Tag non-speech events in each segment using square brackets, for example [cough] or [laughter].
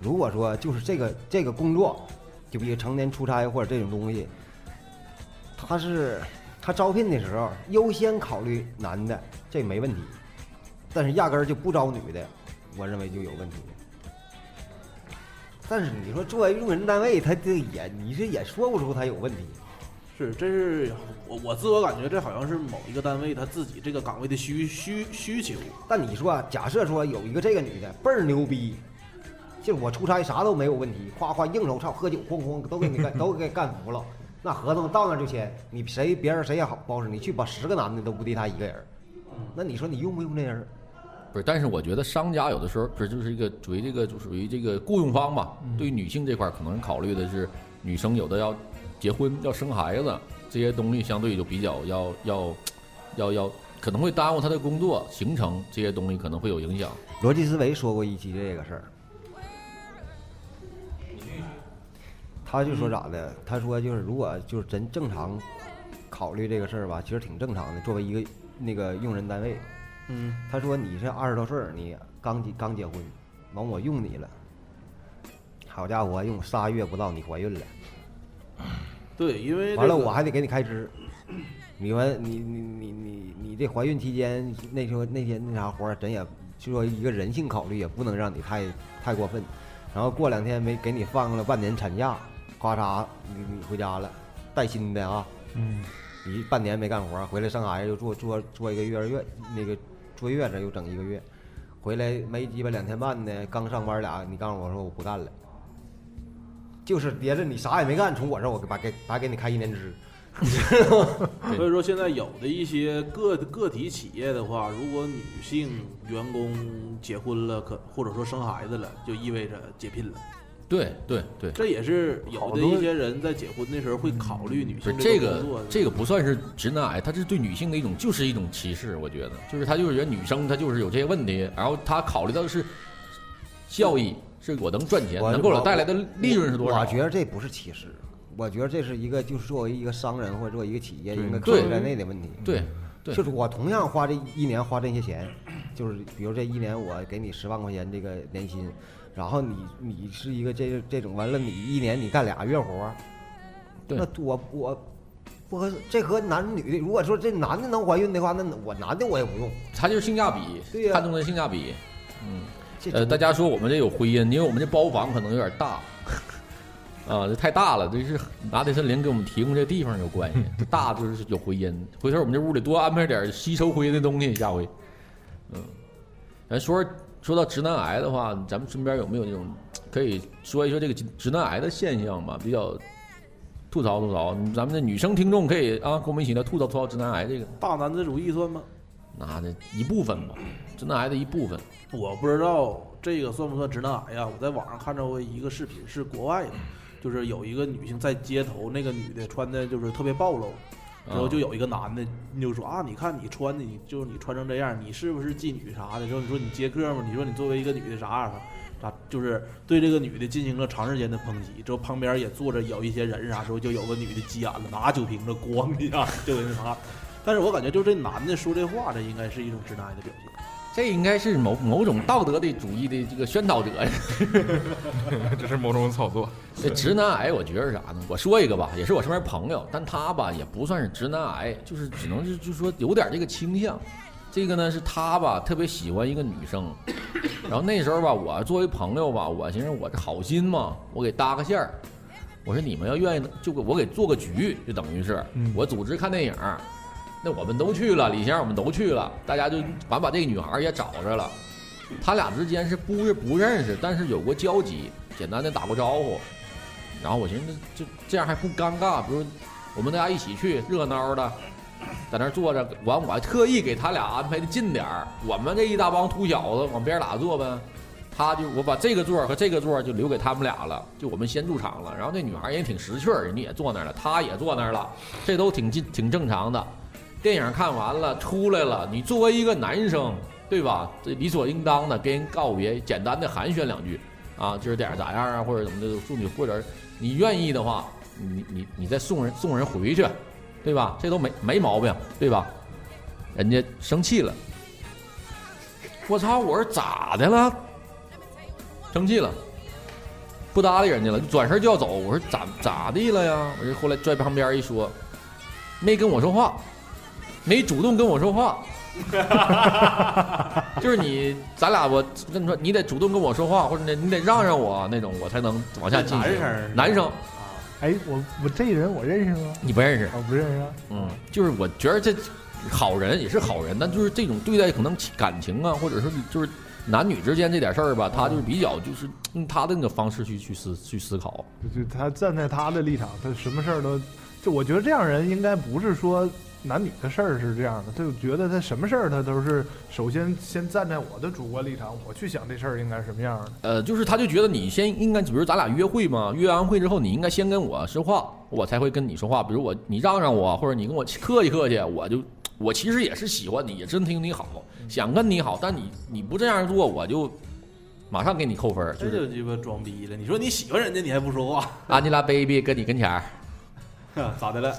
如果说就是这个这个工作，就比如成天出差或者这种东西，他是他招聘的时候优先考虑男的，这没问题，但是压根儿就不招女的，我认为就有问题了但是你说作为用人单位，他这也你这也说不出他有问题。是，这是我我自我感觉，这好像是某一个单位他自己这个岗位的需需需求。但你说、啊，假设说有一个这个女的倍儿牛逼，就是我出差啥都没有问题，夸夸应酬操喝酒哐哐都给你干 [laughs] 都给干服了，那合同到那就签，你谁别人谁也好不好使，你去把十个男的都不敌他一个人，那你说你用不用这人？不是，但是我觉得商家有的时候不是就是一个属于这个就属于这个雇佣方吧，对于女性这块儿可能考虑的是女生有的要结婚要生孩子这些东西相对就比较要要要要可能会耽误她的工作行程这些东西可能会有影响。逻辑思维说过一期这个事儿，他就说咋的？他说就是如果就是真正常考虑这个事儿吧，其实挺正常的。作为一个那个用人单位，嗯，他说你是二十多岁儿，你刚结刚结婚，完我用你了，好家伙，用仨月不到你怀孕了，对，因为、这个、完了我还得给你开支，你完你你你你你这怀孕期间那时候那些那啥活儿，咱也就说一个人性考虑，也不能让你太太过分。然后过两天没给你放了半年产假，咔嚓你你回家了，带薪的啊，嗯，你半年没干活儿，回来生孩子又做做做一个月月那个坐月子又整一个月，回来没鸡巴两天半呢，刚上班俩，你告诉我说我不干了，就是别着你啥也没干，从我这儿我给白给白给你开一年支，所以说现在有的一些个个体企业的话，如果女性员工结婚了，可或者说生孩子了，就意味着解聘了。对对对，这也是有的一些人在结婚的时候会考虑女不是性这个个工作的。这个不算是直男癌，他是对女性的一种就是一种歧视，我觉得就是他就是觉得女生她就是有这些问题，然后他考虑到的是效益，是我能赚钱，我能给我带来的利润是多少我？觉得这不是歧视，我觉得这是一个就是作为一个商人或者作为一个企业对应该考虑在内的问题。对对嗯就是我同样花这一年花这些钱，就是比如这一年我给你十万块钱这个年薪，然后你你是一个这这种完了你一年你干俩月活儿，对那我我不合适，这和男女的，如果说这男的能怀孕的话，那我男的我也不用。他就是性价比，对呀看重的性价比。这呃，大家说我们这有婚姻，因为我们这包房可能有点 [laughs] 大，啊，这太大了，这是拿铁森林给我们提供这地方有关系，这大就是有回音。回头我们这屋里多安排点吸收回音的东西，下回，嗯，咱说说到直男癌的话，咱们身边有没有那种可以说一说这个直直男癌的现象吧？比较吐槽吐槽，咱们的女生听众可以啊，跟我们一起来吐槽吐槽直男癌这个，大男子主义算吗？那的一部分吧，直男癌的一部分。我不知道这个算不算直男癌呀？我在网上看着过一个视频，是国外的，就是有一个女性在街头，那个女的穿的就是特别暴露，然啊后就有一个男的就说啊，你看你穿的，你就是你穿成这样，你是不是妓女啥的？说你说你接客吗？你说你作为一个女的啥样啥啥，就是对这个女的进行了长时间的抨击。之后旁边也坐着有一些人啥，时候就有个女的急眼了，拿酒瓶子咣一下就给那啥。但是我感觉就这男的说这话，这应该是一种直男癌的表现。这应该是某某种道德的主义的这个宣导者呀。这是某种炒作。这直男癌，我觉得是啥呢？我说一个吧，也是我身边朋友，但他吧也不算是直男癌，就是只能是就说有点这个倾向。这个呢是他吧特别喜欢一个女生，然后那时候吧，我作为朋友吧，我寻思我这好心嘛，我给搭个线儿，我说你们要愿意就给我给做个局，就等于是嗯我组织看电影，那我们都去了，李先生我们都去了，大家就完把这个女孩也找着了，他俩之间是不是不认识，但是有过交集，简单的打过招呼，然后我寻思这这这样还不尴尬，不如我们大家一起去热闹的，在那儿坐着，完我还特意给他俩安排的近点儿，我们这一大帮秃小子往边儿打坐呗。他就我把这个座儿和这个座儿就留给他们俩了，就我们先入场了。然后那女孩也挺识趣儿，人家也坐那儿了，她也坐那儿了，这都挺近挺正常的。电影看完了出来了，你作为一个男生，对吧？这理所应当的跟人告别，简单的寒暄两句啊，今儿点儿咋样啊，或者怎么的，祝你或者你愿意的话，你你你再送人送人回去，对吧？这都没没毛病，对吧？人家生气了，我操！我说咋的了？生气了，不搭理人家了，就转身就要走。我说咋咋地了呀？我就后来拽旁边一说，没跟我说话，没主动跟我说话。 [laughs] 就是你，咱俩我跟你说，你得主动跟我说话，或者你你得让让我那种，我才能往下进行。男生男生，啊哎，我我这人我认识吗？你不认识，我不认识啊。嗯，就是我觉得这好人也是好人，但就是这种对待可能感情啊，或者是就是男女之间这点事儿吧，他就是比较就是用他的那个方式去去思去思考。就就他站在他的立场，他什么事儿都，就我觉得这样人应该不是说男女的事儿是这样的，他就觉得他什么事儿他都是首先先站在我的主观立场，我去想这事儿应该是什么样的。呃，就是他就觉得你先应该，比如咱俩约会嘛，约完会之后你应该先跟我说话，我才会跟你说话。比如我你让让我，或者你跟我客气客气，啊我就我其实也是喜欢你，也真听你好，想跟你好，但你你不这样做，我就马上给你扣分儿。就这是就鸡巴装逼了。你说你喜欢人家，你还不说话， Angelababy 跟你跟前儿，哼咋的了？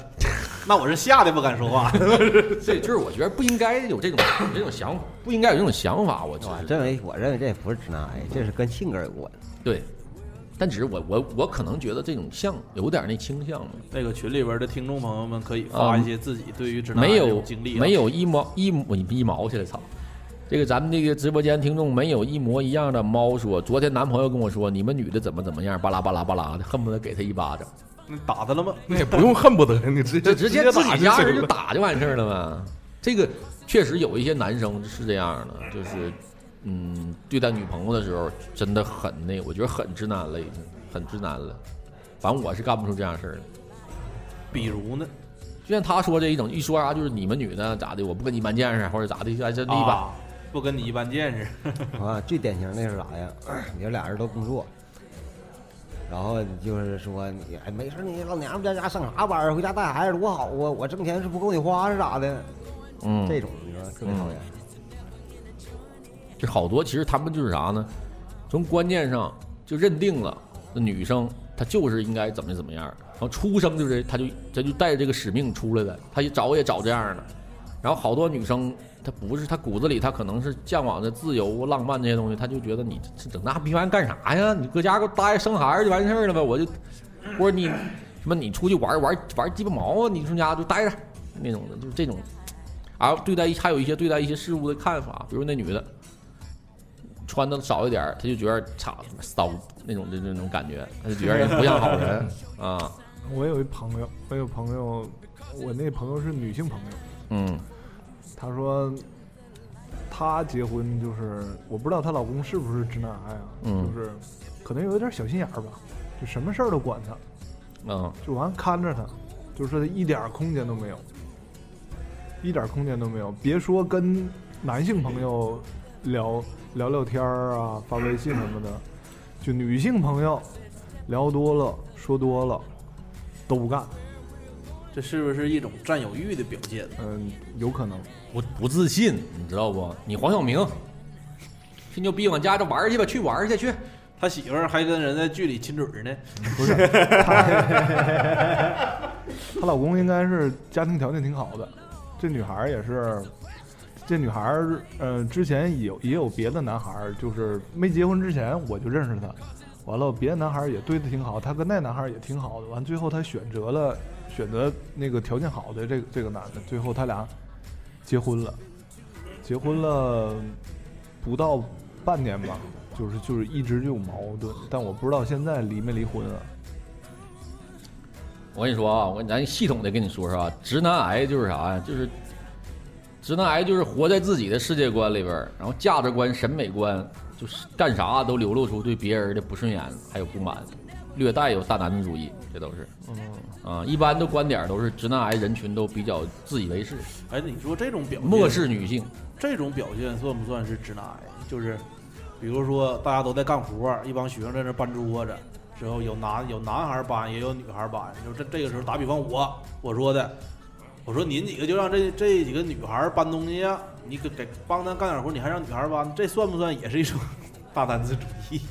那我是吓得不敢说话。 [laughs] 对，就是我觉得不应该有这种有这种想法，不应该有这种想法。我觉我得认为我认为这也不是直男癌，这是跟性格有关。对，但只是我我我可能觉得这种像有点那倾向嘛。那个群里边的听众朋友们可以发一些自己对于直男癌嗯没这有种经历啊，没有一毛一模一毛去了，操！这个咱们这个直播间听众没有一模一样的猫说，昨天男朋友跟我说你们女的怎么怎么样，巴拉巴拉巴拉的，恨不得给他一巴掌，那打他了吗？那也不用恨不得，你 [laughs] 直就接直接接自打己就家人行就了。打就完事儿了嘛。这个确实有一些男生是这样的，就是嗯，对待女朋友的时候真的很那，我觉得很直男了，已经很直男了。反正我是干不出这样事儿的。比如呢？就像他说这一种一说啥、就是你们女的咋的，我不跟你般见识或者咋的，就哎这立吧。啊，不跟你一般见识。 [laughs] 啊，最典型的是啥 [clears throat] 呀？你说俩人都工作，然后你就是说你哎没事儿，你老娘们在家上啥班儿？回家带孩子多好啊！我挣钱是不够你花是咋的？嗯，这种你说特别讨厌。这好多其实他们就是啥呢？从观念上就认定了那女生她就是应该怎么怎么样，然后出生就是她就她就带着这个使命出来的，她一找也找这样的。然后好多女生她不是她骨子里她可能是向往着自由浪漫这些东西，她就觉得你这整那逼玩意儿干啥呀？你搁家给我待着生孩儿就完事儿了呗，我就或者你什么你出去玩儿玩儿玩儿鸡巴毛啊，你从家就待着那种的，就是这种。然后对待一还有一些对待一些事物的看法，比如那女的，穿的少一点儿，他就觉得操他妈骚那种那那种感觉，他就觉得人不像好人啊，我有一朋友，我有朋友，我那朋友是女性朋友，嗯她说她结婚就是我不知道她老公是不是直男癌啊，嗯就是可能有点小心眼儿吧，就什么事儿都管他。嗯就完看着他，就是说一点儿空间都没有，一点儿空间都没有。别说跟男性朋友聊 [laughs] 聊聊天儿啊，发微信什么的，就女性朋友聊多了说多了都不干，这是不是一种占有欲的表现？嗯，有可能。不不自信，你知道不？你黄晓明，吹牛逼往家这玩儿去吧，去玩儿去去，他媳妇儿还跟人在剧里亲嘴儿呢，不是， [laughs] 她她老公应该是家庭条件挺好的，这女孩儿也是，这女孩儿呃之前有也有别的男孩儿，就是没结婚之前我就认识她，完了别的男孩儿也对她挺好，她跟那男孩儿也挺好的，完最后她选择了选择那个条件好的这个这个男的，最后他俩结婚了，结婚了不到半年吧。就是就是一直就有矛盾，但我不知道现在离没离婚啊。我跟你说啊，我咱系统的跟你说说啊，直男癌就是啥呀？就是直男癌就是活在自己的世界观里边儿，然后价值观、审美观，就是干啥都流露出对别人的不顺眼还有不满，略带有大男子主义，这都是。嗯啊，一般的观点都是直男癌人群都比较自以为是，哎，你说这种表现漠视女性。这种表现算不算是直男癌？就是，比如说大家都在干活儿，一帮学生在那搬桌子，之后有男有男孩儿搬，也有女孩儿搬。就这这个时候，打比方我我说的，我说您几个就让这这几个女孩儿搬东西呀、你给给帮咱干点活儿，你还让女孩儿搬，这算不算也是一种大男子主义？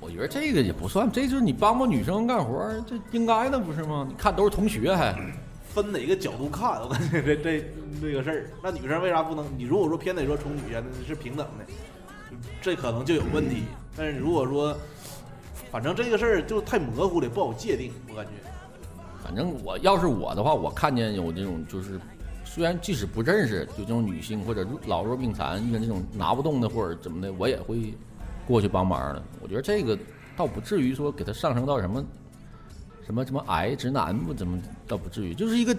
我觉得这个也不算，这就是你帮帮女生干活儿，这应该的不是吗？你看都是同学还。分哪个角度看？ [laughs] 我感觉这这这个事儿，那女生为啥不能？你如果说偏得说啊从女人是平等的，这可能就有问题。但是如果说反正这个事儿就太模糊了，不好界定，我感觉。反正我要是我的话，我看见有这种就是，虽然即使不认识，就这种女性或者老弱病残，遇见这种拿不动的或者怎么的，我也会过去帮忙的。我觉得这个倒不至于说给他上升到什么什么什么癌直男不怎么倒不至于，就是一个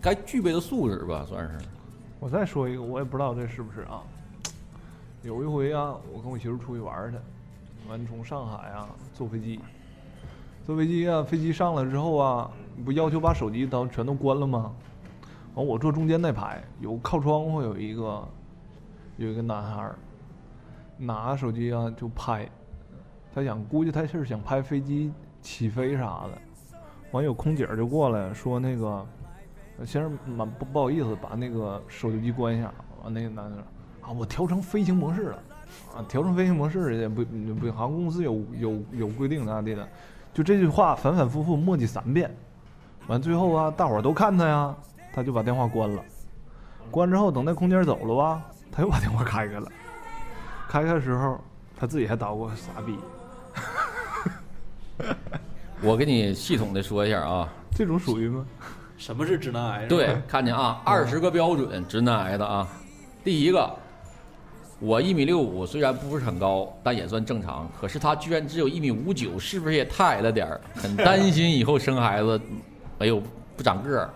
该具备的素质吧，算是。我再说一个，我也不知道这是不是啊。有一回啊，我跟我媳妇儿出去玩儿去，完从上海啊坐飞机，坐飞机啊，飞机上了之后啊，你不要求把手机都全都关了吗？完我坐中间那排，有靠窗户有一个有一个男孩儿，拿手机啊就拍，他想估计他是想拍飞机起飞啥的。完有空姐儿就过来说那个。呃先生，蛮不不好意思，把那个手机关一下。完，那个男的说啊，我调成飞行模式了，啊，调成飞行模式也不也不，航空公司有有有规定的啊，对的。就这句话反反复复磨叽三遍，完最后啊，大伙儿都看他呀，他就把电话关了。关之后，等那空姐走了吧，他又把电话开开了。开开的时候，他自己还捣鼓傻逼，我给你系统的说一下啊，这种属于吗？什么是直男癌？是吧，对，看见啊，二十个标准直男癌的啊，第一个，我一米六五，虽然不是很高，但也算正常。可是他居然只有一米五九，是不是也太矮了点儿？很担心以后生孩子，哎呦不长个儿，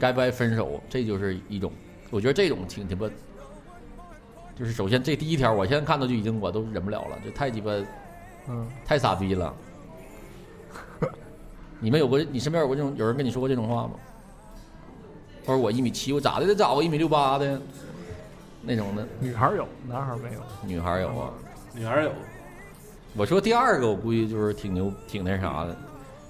该不该分手？这就是一种，我觉得这种挺鸡巴，就是首先这第一条，我现在看到就已经我都忍不了了，这太鸡巴嗯，太傻逼了。 [laughs] 你们有过你身边有过这种有人跟你说过这种话吗？或者我一米七，我咋的得找个一米六八的那种的女孩儿有，男孩儿没有。女孩有啊？女孩有，我说第二个，我估计就是挺牛挺那啥的。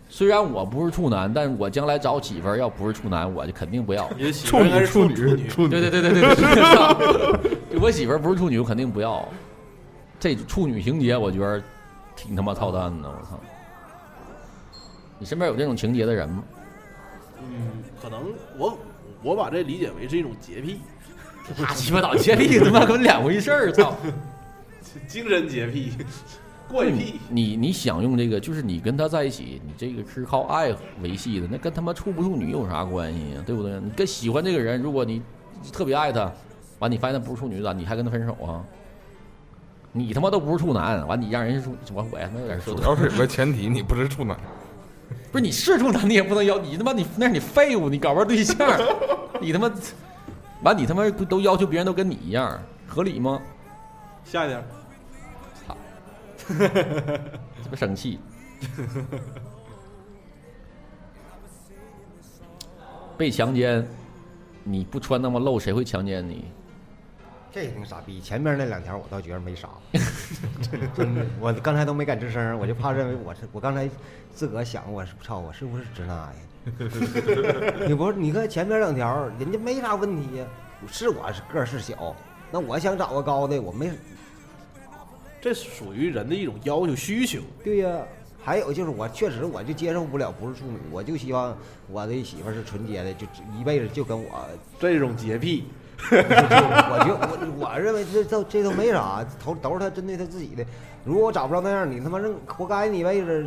虽然我不是处男，但我将来找媳妇儿要不是处男，我就肯定不要。你的媳妇处儿应该女是处处女女，[laughs] 处对女，对对对 [laughs] 对对， [laughs] 就我媳妇儿不是处女，我肯定不要。这处女情节，我觉得挺他妈操蛋的，我操！你身边有这种情节的人吗？嗯，可能我我把这理解为是一种洁癖，啊，鸡巴倒接力，他妈跟两回事儿， [laughs] 操！精神洁癖，怪癖。你你想用这个，就是你跟他在一起，你这个是靠爱维系的，那跟他妈处不处女有啥关系呀、啊对不对？你跟喜欢这个人，如果你特别爱他，完你发现他不是处女，咋你还跟他分手啊？你他妈都不是处男，完你让人处，我我他妈有点说 [laughs] 主多，要是有个前提，你不是处男，不是你是处男，你也不能要你他妈你那是你废物，你搞不着对象，你他妈完你他妈都要求别人都跟你一样，合理吗？嗯下一点，这不 [laughs] 生气。被强奸，你不穿那么露，谁会强奸你？这也挺傻逼。前面那两条我倒觉得没啥，真的，我刚才都没敢吱声，我就怕认为我是我刚才自个儿想我是操我是不是直男癌？ [laughs] 你不是你看前面两条人家没啥问题呀，是我是个儿是小，那我想找个高的我没这属于人的一种要求需求。对呀、还有就是我确实我就接受不了不是处女，我就希望我的媳妇儿是纯洁的，就一辈子就跟我这种洁癖，我觉我我认为这都这都没啥，头都是他针对他自己的。如果我找不着那样，你他妈认活该你位置。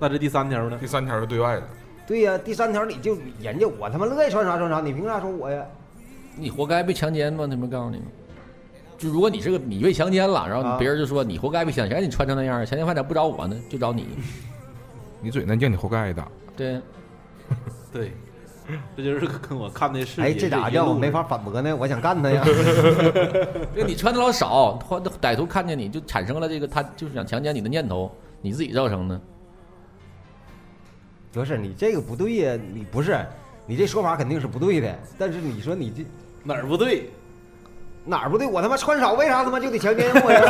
那这第三条呢第？三条是对外的，对呀、第三条你就人家我他妈乐意穿啥穿啥，你凭啥说我呀？你活该被强奸吗？他们告诉你吗？就如果你是个你被强奸了，然后啊别人就说你活该被强奸，哎你穿成那样，强奸犯咋不找我呢？就 [laughs] 找你。你嘴那硬，你活该 [laughs] 的。对，对，这就是跟我看的视频。哎，这咋叫我没法？反驳呢？我想干他呀！因为你穿的老少， [laughs] 或歹徒看见你就产生了这个他就是想强奸你的念头，你自己造成的。不是你这个不对呀，你不是你这说法肯定是不对的。但是你说你这哪儿不对？哪儿不对？我他妈穿少，为啥他妈就得强奸我呀？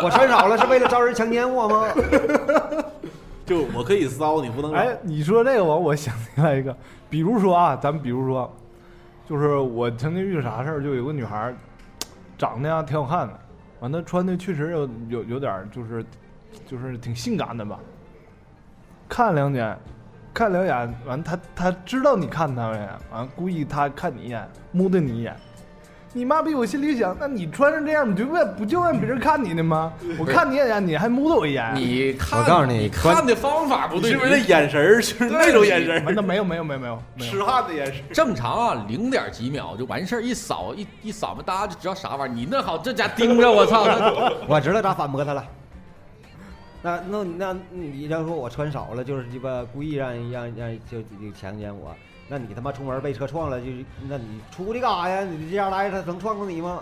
[laughs] 我穿少了是为了招人强奸我吗？就我可以骚，你不能哎，你说这个我我想起来一个，比如说啊，咱们比如说，就是我曾经遇啥事儿，就有个女孩儿，长得呀挺好看的，完她穿的确实有有有点儿就是就是挺性感的吧，看两眼，看两眼，完她她知道你看她了，完故意她看你一眼，摸的你一眼，你妈逼！我心里想，那你穿成这样，你就为不就让别人看你呢吗？我看你一眼，你还摸我一眼，你看，我告诉你你关看的方法不啊你对，是不是那眼神儿就是那种眼神儿，那没有没有没有没有没有，痴汉的眼神儿？正常啊，零点几秒就完事儿，一扫一一扫嘛，大家就知道啥玩意儿。你那好，这家盯着我操，那 [laughs] 我知道咋反驳他了。那那那你要说我穿少了，就是鸡巴故意让让让就就强奸我，那你他妈出门被车撞了，就是那你出去干啥呀？你这样待着，他能撞着你吗？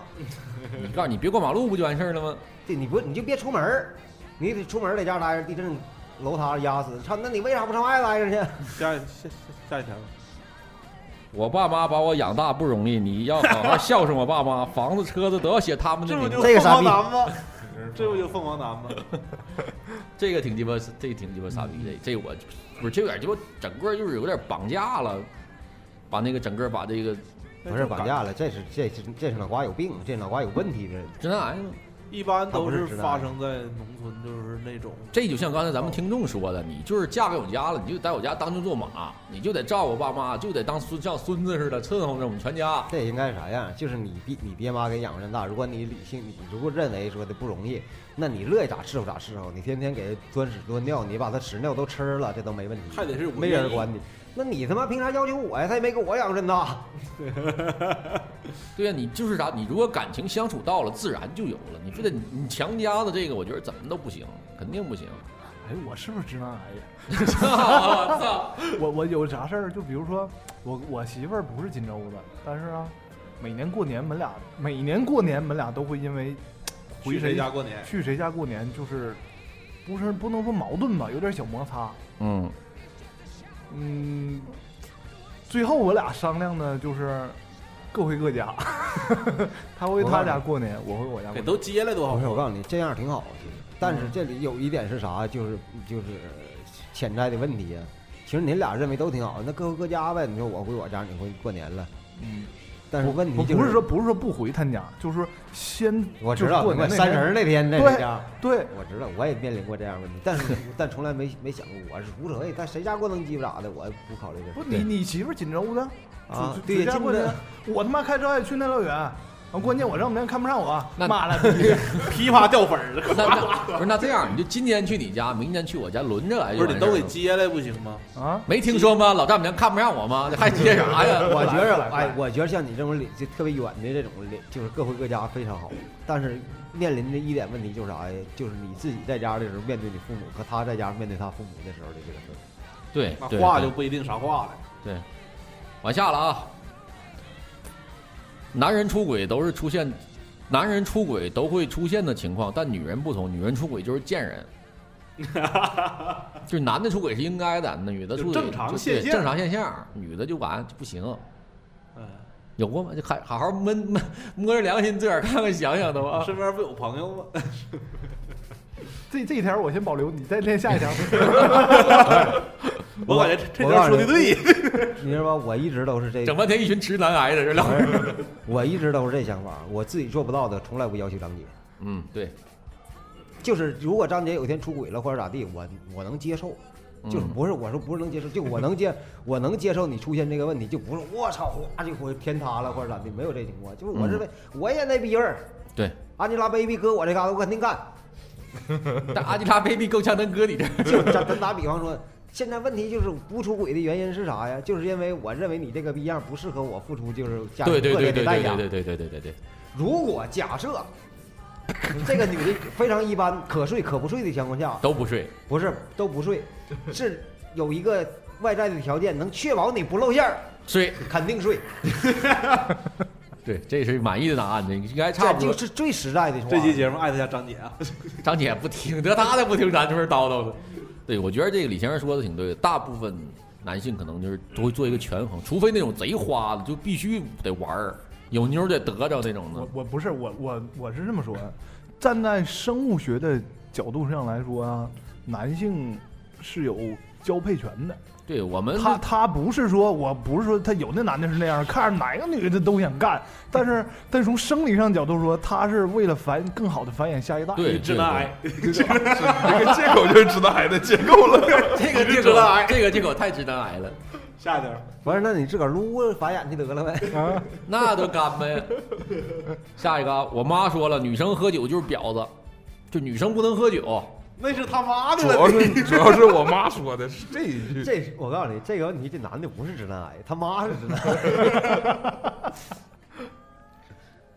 你告诉你别过马路不就完事儿了吗？对，你不你就别出门儿你得出门儿在家待着，地震楼塌压死。操，那你为啥不上外头待着去？下一下下一条，我爸妈把我养大不容易，你要好好孝顺我爸妈，房子车子都要写他们的这名不字就。这个凤傻凰逼男吗？ [laughs] 这不就凤凰男吗？这个挺鸡巴，这个挺鸡巴傻逼的，这我不是这有点鸡巴，整个就是有点绑架了，把那个整个把这个不是绑架了，这是这是这是脑瓜有病，这脑瓜有问题的。直男癌嘛。一般都他是不是直男发生在农村，就是那种这就像刚才咱们听众说的，你就是嫁给我家了，你就在我家当牛做马，你就得照顾爸妈，就得当孙像孙子似的伺候着我们全家。这应该是啥样？就是你爹你爹妈给养上大，如果你理性，你如果认为说的不容易，那你乐意咋伺候咋伺候，你天天给他端屎端尿，你把他屎尿都吃了，这都没问题，还得是我没人管你。那你他妈凭啥要求我呀？他也没给我养身大，对呀、你就是啥，你如果感情相处到了，自然就有了。你非得你你强加的这个，我觉得怎么都不行，肯定不行。哎，我是不是直男癌呀？我操！我我有啥事儿？就比如说，我我媳妇儿不是金州的，但是啊，每年过年我们俩每年过年我们俩都会因为回去谁家过年？去谁家过年，就是不是不能说矛盾吧，有点小摩擦。嗯，嗯，最后我俩商量的就是各回各家， [laughs] 他回他家过年，我回我家过给年。都接来多哦好不是，，我告诉你，这样挺好，其实。但嗯是这里有一点是啥？就是就是潜在的问题啊。其实你俩认为都挺好，那各回各家呗。你说我回我家，你回过年了。嗯，但是问我题就不是说不是说不回他家，就是说先我知就是道，过我年那三天十儿那天那对家，对，我知道，我也面临过这样的问题，但是但从来没没想过，我是无所谓，但谁家过能鸡巴咋的，我不考虑这。不是你你媳妇儿锦州的啊主主对主家过年近，我他妈开车也去那乐园，完关键我丈母娘看不上我，那妈了逼，噼啪掉粉儿了， [laughs] 那那不是那这样，你就今天去你家，明天去我家，轮着哎来不就完是事儿你了。都给接来不行吗？啊，没听说吗？老丈母娘看不上我吗？这还接啥呀？我觉着，来来哎，我觉得像你这种离就特别远的这种离，就是各回各家非常好。但是面临的一点问题就是啥呀？就是你自己在家的时候面对你父母，和他在家面对他父母的时候的这个事儿。对那对话对就不一定啥话了。对，往下了啊。男人出轨都是出现，男人出轨都会出现的情况，但女人不同，女人出轨就是 [laughs] 贱人。就是男的出轨是应该的，女的出轨就正常就现对象正常现象，女的就完就不行。嗯，有过吗？就还好好闷闷摸着良心自个儿看看想想都啊。嗯身边不有朋友吗？这这一条我先保留，你再练下一条。我感觉这这条说的对。你知道吧？我一直都是这整半天一群直男癌在这聊。哎我一直都是这想法，我自己做不到的，从来不要求张姐。嗯，对，就是如果张杰有一天出轨了或者咋地，我我能接受，嗯就是不是我说不是能接受，就我能 [laughs] 接我能接受你出现这个问题，就不是我操哗就回天塌了或者咋地，没有这情况，嗯就是我认为我也那逼味啊儿，对。 Angelababy 搁我这嘎达我肯定 [laughs] 干，但阿基拉 baby 够呛能 [laughs] 搁你这儿。就咱咱打比方说。现在问题就是不出轨的原因是啥呀？就是因为我认为你这个逼样不适合我付出就是价值对对恶劣对的对对代对价。对对对对对对。如果假设这个女的非常一般，可睡可不睡的情况下，都不睡。不是都不 [laughs] 睡，是有一个外在的条件能确保你不露馅儿，睡，肯定 [laughs] 睡，对，这是满意的答案，这应该差这不就多。是最实在的话。这期节目艾特一下张姐啊，张姐不听，这他的不听，咱这边叨叨的。对，我觉得这个李先生说的挺对的，大部分男性可能就是都会做一个权衡，除非那种贼花的，就必须得玩儿，有妞儿得得着那种的我。我不是我我我是这么说的，站在生物学的角度上来说啊，男性是有交配权的。对我们他他不是说我不是说他有那男的是那样，看着哪个女的都想干，但是但是从生理上角度说，他是为了繁更好的繁衍下一代。 [laughs] 对直男癌，这个借口就是直男癌的借口了。对对这个借口，这个借口太直男癌了。下一条完事儿那你自个儿撸法眼去得 [laughs] 了呗。啊，那都干呗。 [laughs] 下一个啊，我妈说了，女生喝酒就是婊子，就女生不能喝酒。那是他妈的主问要题。是主要是我妈说的，是 [laughs] 这一句。这是我告诉你，这个问题这男的不是直男癌，他妈是直男 [laughs] 癌。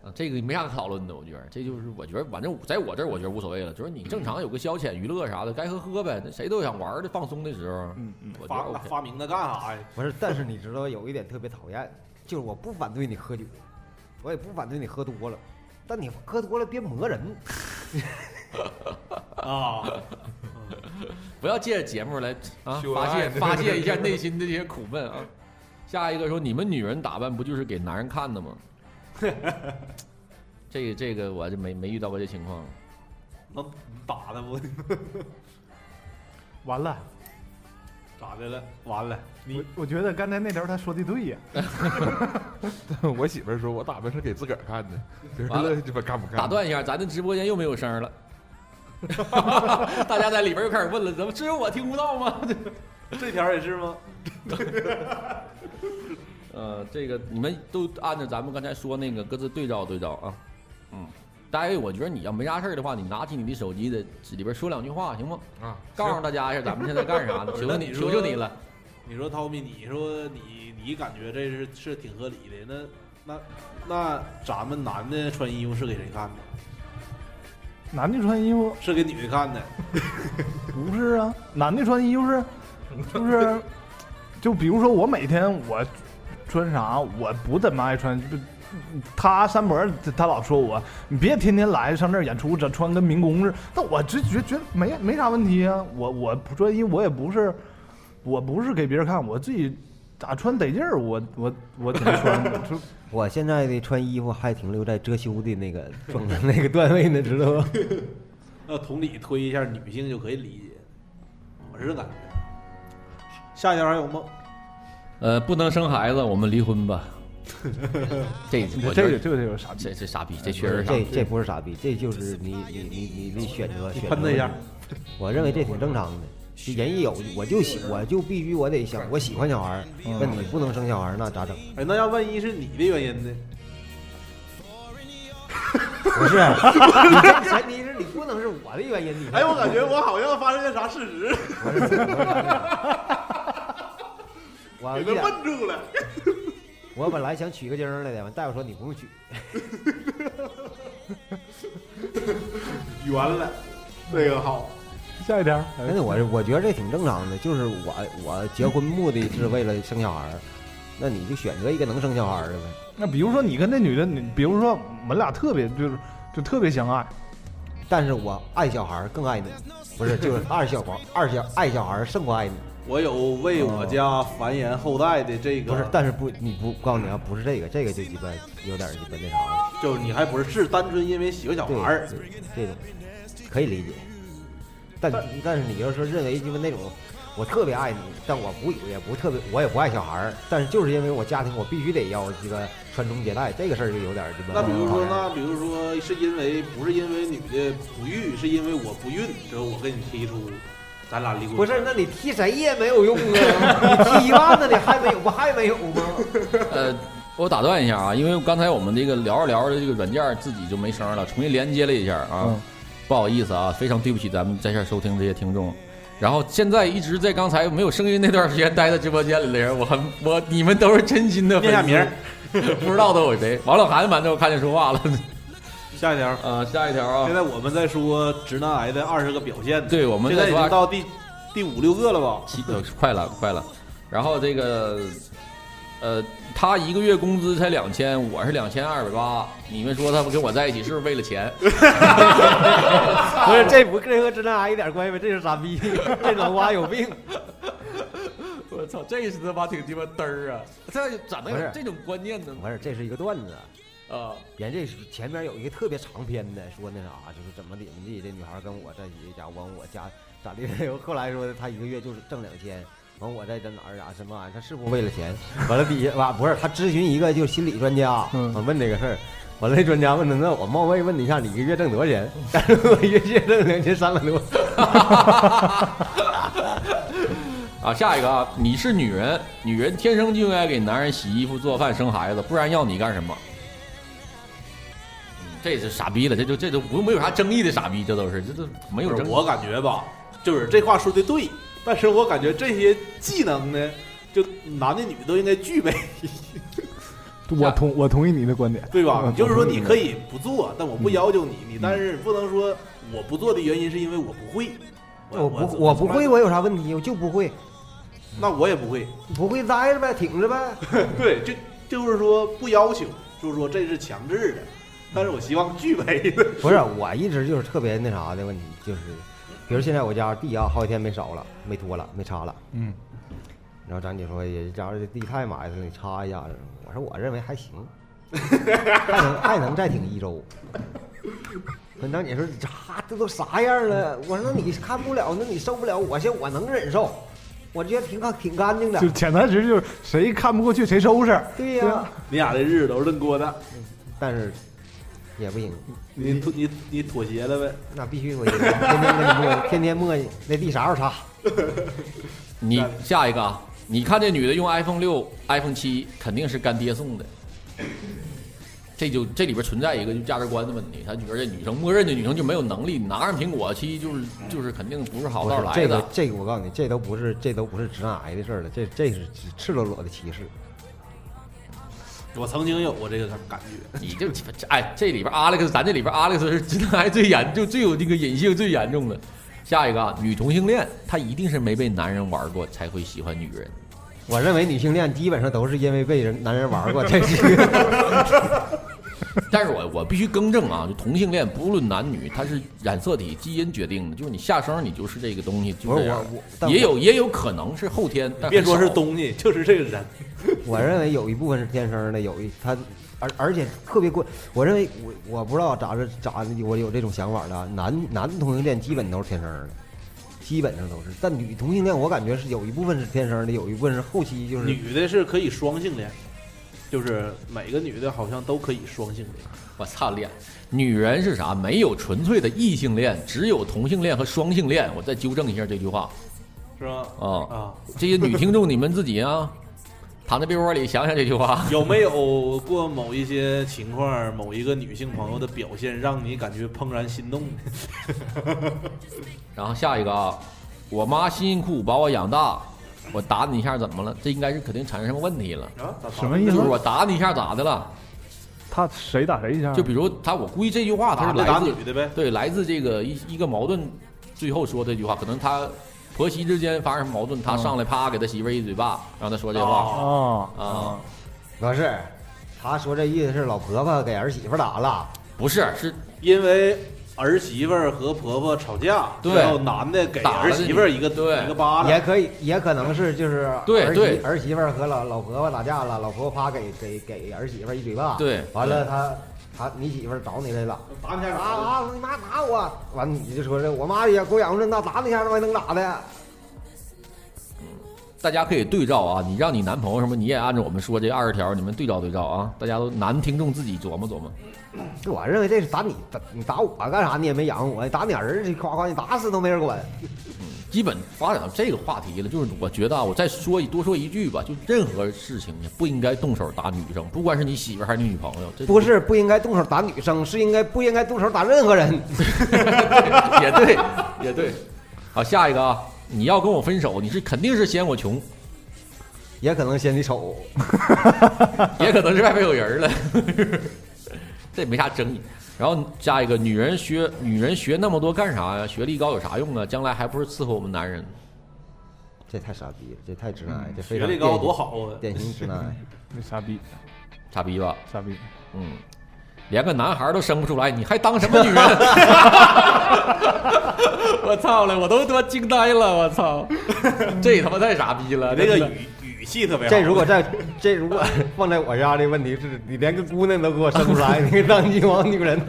啊，这个没啥可讨论的，我觉得这就是我觉得，反正在我这儿我觉得无所谓了，就是你正常有个消遣娱乐啥的，该喝喝呗，那谁都想玩儿的放松的时候，嗯嗯，我觉得发 OK。发明的干啥 [laughs] 呀？不是，但是你知道有一点特别讨厌，就是我不反对你喝酒，我也不反对你喝多了，但你喝多了别磨人。啊，不要借着节目来啊秀发泄恩爱发泄一下内心的这些苦闷啊。下一个说，你们女人打扮不就是给男人看的吗？这个这个我就没没遇到过这情况。那打的不 [laughs] 完了，咋的了？完了，我你我觉得刚才那条他说的对呀，我媳妇儿说，我打扮是给自个儿看的，别完了人鸡巴干不干？打断一下，咱的直播间又没有声儿了， [laughs] 大家在里边又开始问了，怎么只有我听不到吗？这条也是吗？呃，这个你们都按照咱们刚才说那个各自对照对照啊。嗯，大卫，我觉得你要没啥事儿的话，你拿起你的手机在里边说两句话行吗？啊！告诉大家一下咱们现在干 [laughs] 啥呢？求求那你，你求说求你了。你说涛米，你说你你感觉这是是挺合理的，那那那咱们男的穿衣服是给谁看的？男的穿衣服是给女的看的。不是啊，男的穿衣服是，就是，就比如说我每天我穿啥，我不怎么爱穿。不他三伯他老说我，你别天天来上这儿演出，这穿跟民工似的。但我直觉觉得没没啥问题啊，我我不穿衣，我也不是，我不是给别人看，我自己咋穿得劲儿，我我我怎么穿，我 [laughs] 就我现在的穿衣服还停留在遮羞的那个状态那个段位呢，知道吗？要同理推一下女性就可以理解，我是这感觉。下一条还有吗？呃，不能生孩子，我们离婚 [laughs] 吧。这我觉得这个这个有啥逼？这这傻逼，这确实傻这逼。这不是傻逼，这就是你你你你你选择选择喷他 [laughs] 一下问题。我认为这挺正常的，就人一有我就喜我就必须我得想我喜欢小孩儿，那你不能生小孩儿那咋 [laughs] 整？哎，那要万一是你的原因呢？不是，你这前提是你不能是我的原因。你哎，我感觉我好像发生了啥事实，我一给他点问住了。我本来想取个经儿来的，完大夫说你不用取。圆了，这个好。下一条，哎真的，我我觉得这挺正常的，就是我我结婚目的是为了生小孩儿，那你就选择一个能生小孩儿的呗。那比如说你跟那女的，你比如说我们俩特别就是就特别相爱，但是我爱小孩儿更爱你，不是就是二小宝二小爱小孩儿胜过爱你，我有为我家繁衍后代的这个，不是，但是不你不告诉你啊，不是这个，这个就鸡巴有点儿鸡巴那啥了。就是你还不是是单纯因为喜欢小对孩儿，对这种可以理解，但但是你要说认为就是那种我特别爱你，但我不也不特别，我也不爱小孩儿，但是就是因为我家庭，我必须得要这个传宗接代，这个事儿就有点儿这个。那比如说，那比如说是因为不是因为女的不育，是因为我不孕，之后我跟你提出，咱俩离婚。不是，那你踢谁也没有用啊！你踢一万那你还没有不还没有吗？呃，我打断一下啊，因为刚才我们这个聊着聊着，这个软件儿自己就没声儿了，重新连接了一下啊，嗯不好意思啊，非常对不起咱们在线收听这些听众。然后现在一直在刚才没有声音那段时间待在直播间里的人，我很我你们都是真心的念下名儿， [laughs] 不知道都有谁。王老韩完之后看见说话了，下一条，呃，下一条啊现，在我们在说直男癌的二十个表现，对我们现在在已说经话到第第五六个了吧？七呃快了快了，然后这个呃，他一个月工资才两千，我是两千二百八，你们说他不跟我在一起是不是为了钱？不是，这不这和直男癌一点关系没，这是傻逼，这脑瓜有病。 [laughs] 我操，这是他妈挺鸡巴嘚儿啊！这咋能不有是这种观念呢？不是，这是一个段子。啊，人这是前面有一个特别长篇的，说那啥，啊就是怎么怎么地，这女孩跟我在一起，家完我家咋地？ [laughs] 后来说她一个月就是挣两千，完我在这哪儿啊什么玩意儿？她是不是为了钱？完了底下完不是，她咨询一个就是心理专家，嗯我问这个事儿，完了那专家问他，那我冒昧问你一下，你一个月挣多少钱？ [laughs] 但是我一个月挣两千三百多。啊，下一个啊，你是女人，女人天生就应该给男人洗衣服、做饭、生孩子，不然要你干什么？嗯这是傻逼了，这就这就不没有啥争议的傻逼，这都是这都没有就是争议。我感觉吧，就是这话说的对，但是我感觉这些技能呢，就男的女的都应该具备，我同我同意你的观点，对吧？我就是说同意你的可以不做，但我不要求你，你但是不能说我不做的原因是因为我不会，我不我我不会，，我有啥问题？我就不会，那我也不会。不会待着呗，挺着呗。对，就就是说不要求，就是说这是强制的，但是我希望具备的。不是，我一直就是特别那啥的问题，就是，比如现在我家地啊，好几天没扫了，没拖了，没擦了。嗯，然后张姐说：“也家这地太埋汰了，你擦一下。”我说：“我认为还行，还能还能再挺一周。”那张姐说：“这这都啥样了？”我说：“那你看不了，那你受不了，我现我能忍受，我觉得挺干挺干净的就。潜台词就是谁看不过去谁收拾。”对呀、对啊 [laughs] 你俩这日子都是扔锅的，但是也不行，你妥你你妥协了呗？那必须我天天跟你磨叽，天天磨叽，那地啥时候擦？你下一个啊，你看这女的用 iPhone 六、iPhone 七，肯定是干爹送的。这就这里边存在一个就价值观的问题，他觉得这女生默认这女生就没有能力，你拿上苹果七就是就是肯定不是好不道是来的。这个，这个我告诉你，这都不是，这都不是直男癌的事儿了，这这是赤裸裸的歧视。我曾经有过这个感感觉，你就哎，这里边 Alex，咱这里边 Alex 是直男癌最严，就最有这个隐性最严重的。下一个啊，女同性恋，她一定是没被男人玩过才会喜欢女人。我认为女性恋基本上都是因为被人男人玩过，这是一 [laughs] 个但 [laughs] 是我我必须更正啊，就同性恋不论男女，它是染色体基因决定的，就是你下生你就是这个东西，就不这是样我的。我，但也有也有可能是后天，但别说是很少东西，就是这个人。我，我认为有一部分是天生的，有一他，而而且特别过，我认为我我不知道咋是咋的，我有这种想法的啊，男男同性恋基本都是天生的，基本上都是，但女同性恋我感觉是有一部分是天生的，有一部分是后期就是女的是可以双性恋，就是每个女的好像都可以双性恋。我操恋，女人是啥？没有纯粹的异性恋，只有同性恋和双性恋。我再纠正一下这句话是吗？啊、啊，这些女听众你们自己啊，躺在被窝里想想这句话。 [laughs] 有没有过某一些情况，某一个女性朋友的表现让你感觉怦然心动？然后下一个啊，我妈辛辛苦苦把我养大，我打你一下怎么了？这应该是肯定产生问题了。啊，咋什么意就思是我打你一下咋的了？他谁打谁一下？就比如他，我估计这句话他打是的来嗯打自女的呗？对来自这个一一个矛盾，最后说这句话，可能他婆媳之间发生矛盾，嗯他上来啪给他媳妇儿一嘴巴，让他说这话。啊啊啊，不是，他说这意思是老婆婆给儿媳妇打了，不是，是因为儿媳妇儿和婆婆吵架，对然后男的给打了儿媳妇儿一个对一个巴掌也，可以，也可能是就是对儿媳对儿媳妇儿和老老婆婆打架了，老婆婆啪给给给儿媳妇儿一嘴巴，对完了他他你媳妇儿找你来了，打你啊下手啊，你妈打我，完你就说这我妈也给我养活这么大，打你一下子还能咋的？大家可以对照啊，你让你男朋友什么，你也按照我们说这二十条，你们对照对照啊，大家都男听众自己琢磨琢磨。这我认为这是打你打你打我干啥？你也没养我，打你儿子夸夸你打死都没人管。基本发展到这个话题了，就是我觉得啊，我再说一多说一句吧，就任何事情也不应该动手打女生，不管是你媳妇儿还是你女朋友，这不是不应该动手打女生，是应该不应该动手打任何人。 [laughs] [laughs] 也对，也对。好，下一个啊，你要跟我分手，你是肯定是嫌我穷， [laughs] 也可能嫌你丑，也可能是外边有人了， [laughs] 这没啥争议。然后下一个，女人学女人学那么多干啥呀？学历高有啥用啊？将来还不是伺候我们男人？这太傻逼了，这太直男癌，这非学常历高典多好啊！典型直男癌。那傻逼傻逼吧？傻逼，嗯，连个男孩都生不出来，你还当什么女人？ [laughs] 我操了，我都他妈惊呆了，我操，这他妈太傻逼了！你那真个的语语气特别好。这如果在这如果放在我家的问题是，你连个姑娘都给我生不来，你当女王女人？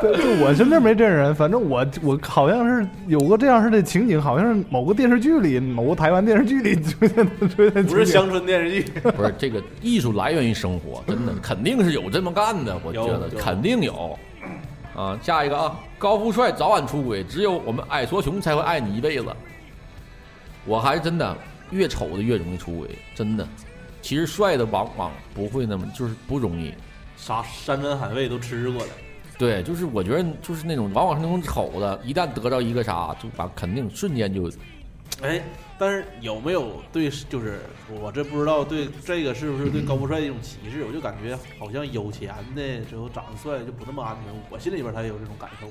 对，就我身边没这人，反正我我好像是有过这样式的情景，好像是某个电视剧里，某个台湾电视剧里出现的出现的情不景，是乡村电视剧，不是这个艺术来源于生活，真的肯定是有这么干的，我觉得有有肯定有。啊，下一个啊，高富帅早晚出轨，只有我们矮矬穷才会爱你一辈子。我还真的越丑的越容易出轨，真的。其实帅的往往不会那么，就是不容易。啥山珍海味都吃过了，对，就是我觉得就是那种往往是那种丑的，一旦得到一个啥，就把肯定瞬间就哎，但是有没有对，就是我这不知道对这个是不是对高富帅一种歧视？我就感觉好像有钱的之后长得帅就不那么安全，我心里边才有这种感受。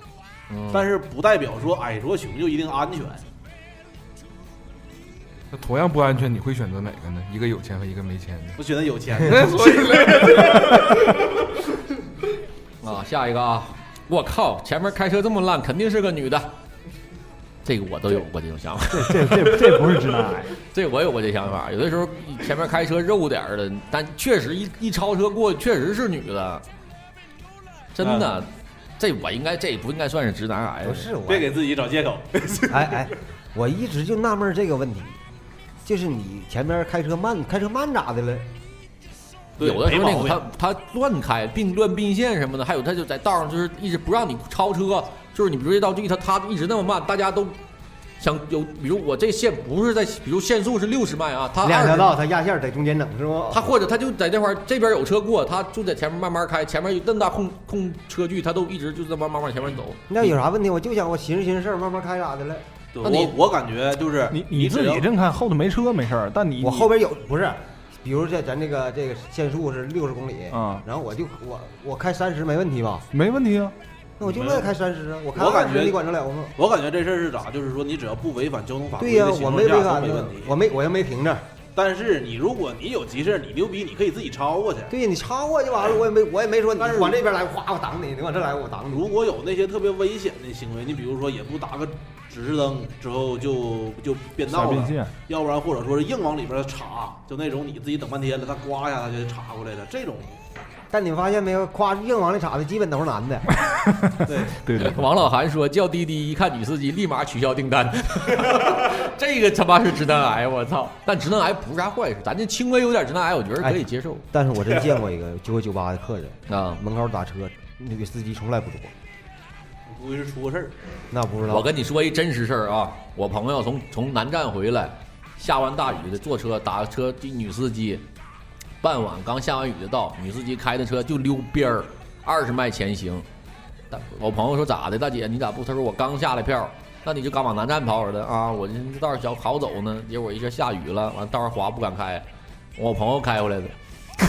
嗯但是不代表说矮矬穷就一定安全。那同样不安全，你会选择哪个呢？一个有钱和一个没钱的。，我选择有钱 [laughs] [laughs] 那所以嘞， [laughs] 啊，下一个啊，我靠，前面开车这么烂，肯定是个女的。这个我都有过这种想法，这这这不是直男癌，这我有过这想法。有的时候前面开车肉点儿的，但确实一一超车过，确实是女的，真的。这我应该，这不应该算是直男癌 [laughs] 嗯不是我，别给自己找借口。哎哎，我一直就纳闷儿这个问题，就是你前面开车慢，开车慢咋的了？对有的时候那没毛个病他他乱开并乱并线什么的，还有他就在道上就是一直不让你超车，就是你比如这道距他他一直那么慢，大家都想有，比如我这线不是在，比如限速是六十迈啊，他两20条道，他压线儿在中间整是不？他或者他就在这块儿，这边有车过，他就在前面慢慢开，前面有那么大空空车距，他都一直就这么慢慢前面走。那有啥问题？我就想我寻思寻思事儿，慢慢开咋的了？对那你我我感觉就是你你自只要己真看后头没车没事儿，但你我后边有不是，比如这咱这个这个限速是六十公里，啊然后我就我我开三十没问题吧？没问题啊，那我就乐意开三十啊，我开我感二十觉你管得了吗？我感觉这事儿是咋？就是说你只要不违反交通法对规呀、的情我况没下违都反没问呢题，。我没我又没停着。但是你如果你有急事儿，你牛逼，你可以自己超过去。对呀，你超我就完了，我也没我也没说你但是往这边来，哗我挡你，你往这来我挡你。如果有那些特别危险的行为，你比如说也不打个指示灯之后就就变瞎道变了，线，要不然或者说是硬往里边插，就那种你自己等半天了，他刮一下他就插过来了，这种但你发现没有，夸硬往里插的基本都是 [laughs] 男的。对对对， [laughs] 王老韩说叫滴滴，一看女司机立马取消订单， [laughs] 这个他妈是直男癌，我操！但直男癌不是啥坏事，咱这轻微有点直男癌，我觉得可哎以接受但是我真见过一个九九九八的 [laughs] 客人，啊。门口打车，那个司机从来不多，估计是出个事儿。那不知道。我跟你说一真实事儿啊，我朋友从从南站回来，下完大雨的坐车打车，这女司机，傍晚刚下完雨的道，女司机开的车就溜边儿，二十迈前行。大我朋友说咋的，大姐你咋不？她说我刚下来票，那你就敢往南站跑的啊？我这道儿小好走呢，结果一下下雨了，完道上滑不敢开，我朋友开回来的。 [laughs]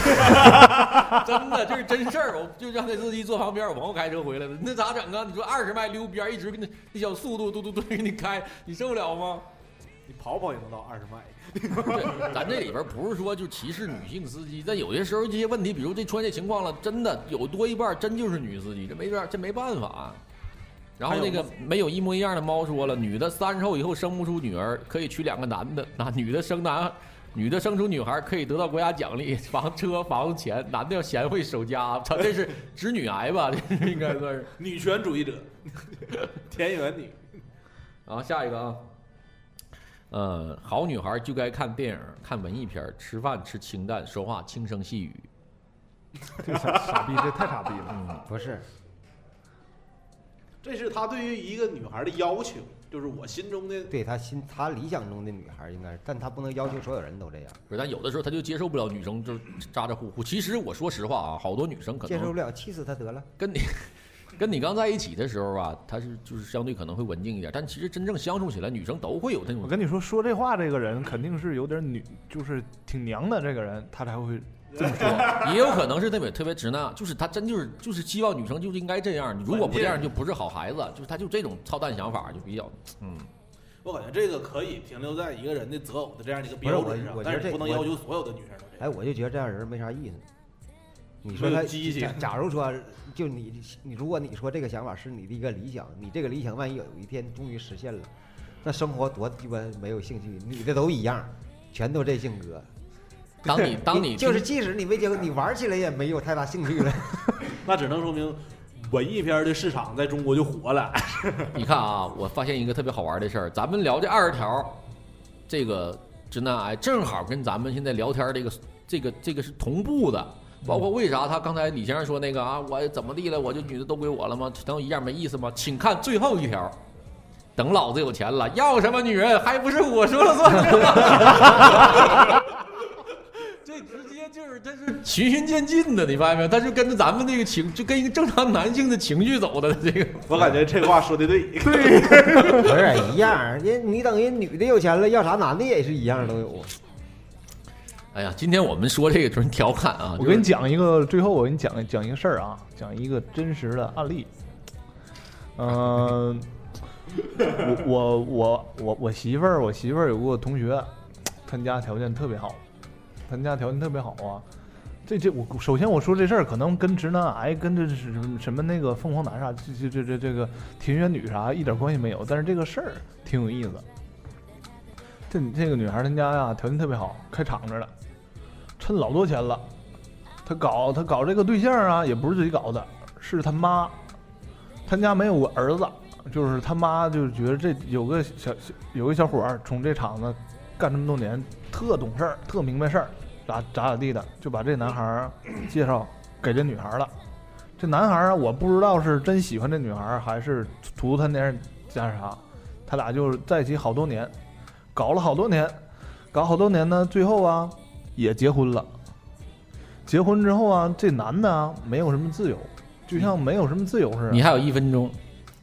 真的，这是真事儿，我就让那司机坐旁边，我朋友开车回来的，那咋整啊？你说二十迈溜边儿，一直跟那那小速度嘟嘟嘟给你开，你受得了吗？你跑跑也能到二十迈，这咱这里边不是说就歧视女性司机，但有些时候这些问题，比如这出现这情况了，真的有多一半儿真就是女司机，这没办这没办法。啊然后那个没有一模一样的猫说了，女的三十后以后生不出女儿，可以娶两个男的，那女的生男，女的生出女孩可以得到国家奖励，房车房子钱，男的要贤惠守家，操，这是直女癌吧？这是应该算是。女权主义者，田园女。然后下一个啊，呃，好女孩就该看电影、看文艺片儿，吃饭吃清淡，说话轻声细语。这傻傻逼，这太傻逼了。不是，这是他对于一个女孩的要求，就是我心中的对他心他理想中的女孩应该是，但他不能要求所有人都这样，不是，但有的时候他就接受不了女生就是咋咋呼呼。其实我说实话啊，好多女生可接受不能了，气死他得了。跟你跟你刚在一起的时候啊，她是就是相对可能会文静一点，但其实真正相处起来，女生都会有那 [laughs] 我种跟你说，说这话这个人肯定是有点女，就是挺娘的这个人，他才会这么说。也有可能是那种特别直男，就是他真就是就是希望女生就应该这样，如果不这样就不是好孩子，就是他就这种操蛋想法就比较嗯。我感觉这个可以停留在一个人的择偶的这样的一个不是标我准上我，觉但得是你这不能我要求所有的女生都这哎，样。我就觉得这样人没啥意思。你说没有他激情假假如说，就你你如果你说这个想法是你的一个理想，你这个理想万一有一天终于实现了，那生活多鸡巴没有兴趣，女的都一样，全都这性格。当 [laughs] 你当你就是即使你没结婚，你玩起来也没有太大兴趣 [laughs] 了。那只能说明文艺片的市场在中国就火了。 [laughs] 你看啊，我发现一个特别好玩的事儿，咱们聊这二十条，这个直男癌正好跟咱们现在聊天儿这个这个这个是同步的。包括为啥他刚才李先生说那个啊，我怎么地了，我就女的都归我了吗？难道一样没意思吗？请看最后一条，等老子有钱了，要什么女人还不是我说了算 [laughs] 是吧？这直接就是，这是循序渐进的，你发现没有？他是跟着咱们这个情，就跟一个正常男性的情绪走的，这个我感觉这话说的对，不是一样，人你等人女的有钱了，要啥男的也是一样都有啊。哎呀，今天我们说这个纯调侃啊，我给就你是讲一个，最后我给你讲讲一个事儿啊，讲一个真实的案例。嗯、我我我我我媳妇儿，我媳妇儿有个同学，他家条件特别好，他家条件特别好啊。这这我首先我说这事儿可能跟直男癌跟这什么什么那个凤凰男啥这这这这这个田园女啥一点关系没有，但是这个事儿挺有意思。这这个女孩儿她家呀、条件特别好，开厂子了，趁老多钱了，她搞她搞这个对象啊，也不是自己搞的，是他妈，他家没有个儿子，就是他妈就觉得这有个小小有个小伙儿从这厂子干这么多年，特懂事儿，特明白事儿，咋咋咋地的，就把这男孩儿介绍给这女孩儿了。这男孩儿啊我不知道是真喜欢这女孩儿，还是图他那样加啥，他俩就是在一起好多年，搞了好多年，搞好多年呢，最后啊也结婚了。结婚之后啊，这男的啊没有什么自由，就像没有什么自由似的。你还有一分钟，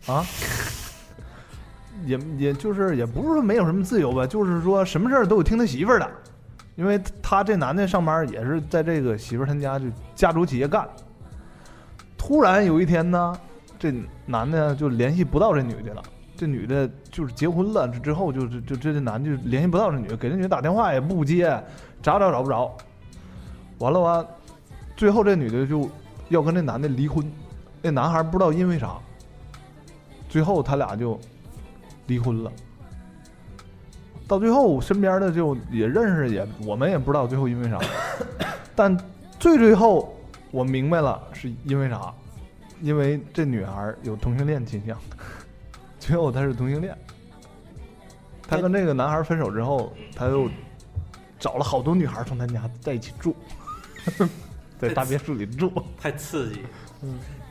啊， [laughs] 也也就是也不是说没有什么自由吧，就是说什么事儿都有听他媳妇儿的，因为他这男的上班也是在这个媳妇儿他家就家族企业干。突然有一天呢，这男的就联系不到这女的了，这女的就是结婚了之后就就就这这男的就联系不到这女的，给这女的打电话也不接，找找找不着，完了完，最后这女的就要跟这男的离婚，那男孩不知道因为啥，最后他俩就离婚了。到最后，身边的就也认识，也我们也不知道最后因为啥，但最最后我明白了是因为啥，因为这女孩儿有同性恋倾向， [laughs] 最后她是同性恋。她跟这个男孩儿分手之后，她又找了好多女孩儿从她家在一起住， [laughs] 在大别墅里住。 [laughs] 太刺激。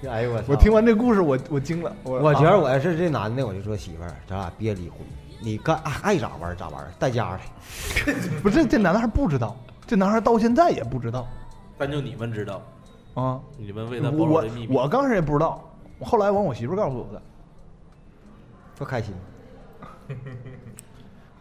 哎呦我操我听完这故事，我我惊了，我我觉啊得我要是这男的，我就说媳妇儿，咱俩别离婚，你干爱爱咋玩儿咋玩儿，带家的。不是这男孩儿不知道，这男孩儿到现在也不知道但就你们知道，啊。你们为他我保守我这秘密。我刚开始也不知道，我后来完我媳妇儿告诉我的。多开心！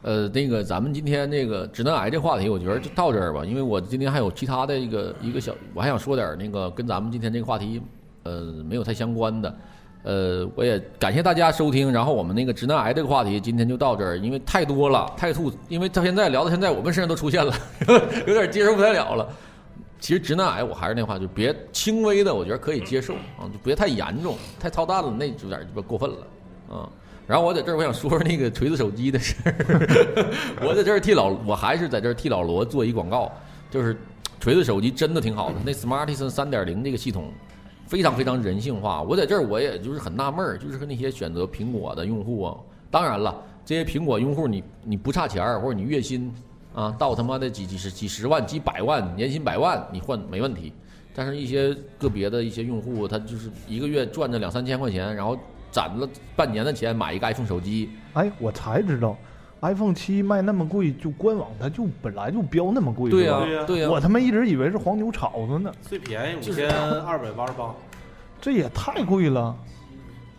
呃，那个咱们今天这个直男癌这话题，我觉得就到这儿吧，因为我今天还有其他的一个一个小，我还想说点儿那个跟咱们今天这个话题，呃，没有太相关的。呃，我也感谢大家收听，然后我们那个直男癌这个话题今天就到这儿，因为太多了，太吐，因为到现在聊到现在，我们身上都出现了， [laughs] 有点接受不太了了。其实直男癌，我还是那话，就别轻微的，我觉得可以接受啊，就别太严重，太操蛋了，那就有点儿鸡巴过分了啊。然后我在这儿，我想说说那个锤子手机的事儿。我在这儿替老，我还是在这儿替老罗做一广告，就是锤子手机真的挺好的，那 Smartisan 三点零这个系统非常非常人性化。我在这儿我也就是很纳闷儿，就是和那些选择苹果的用户啊，当然了，这些苹果用户你你不差钱儿，或者你月薪啊到他妈的几几十几十万、几百万，年薪百万你换没问题。但是，一些个别的一些用户，他就是一个月赚着两三千块钱，然后攒了半年的钱买一个 iPhone 手机，哎，我才知道，iPhone 七卖那么贵，就官网它就本来就标那么贵。对是呀、吧对呀对啊呀、我他妈一直以为是黄牛炒的呢，最便宜五就是千二百八十八，这也太贵了。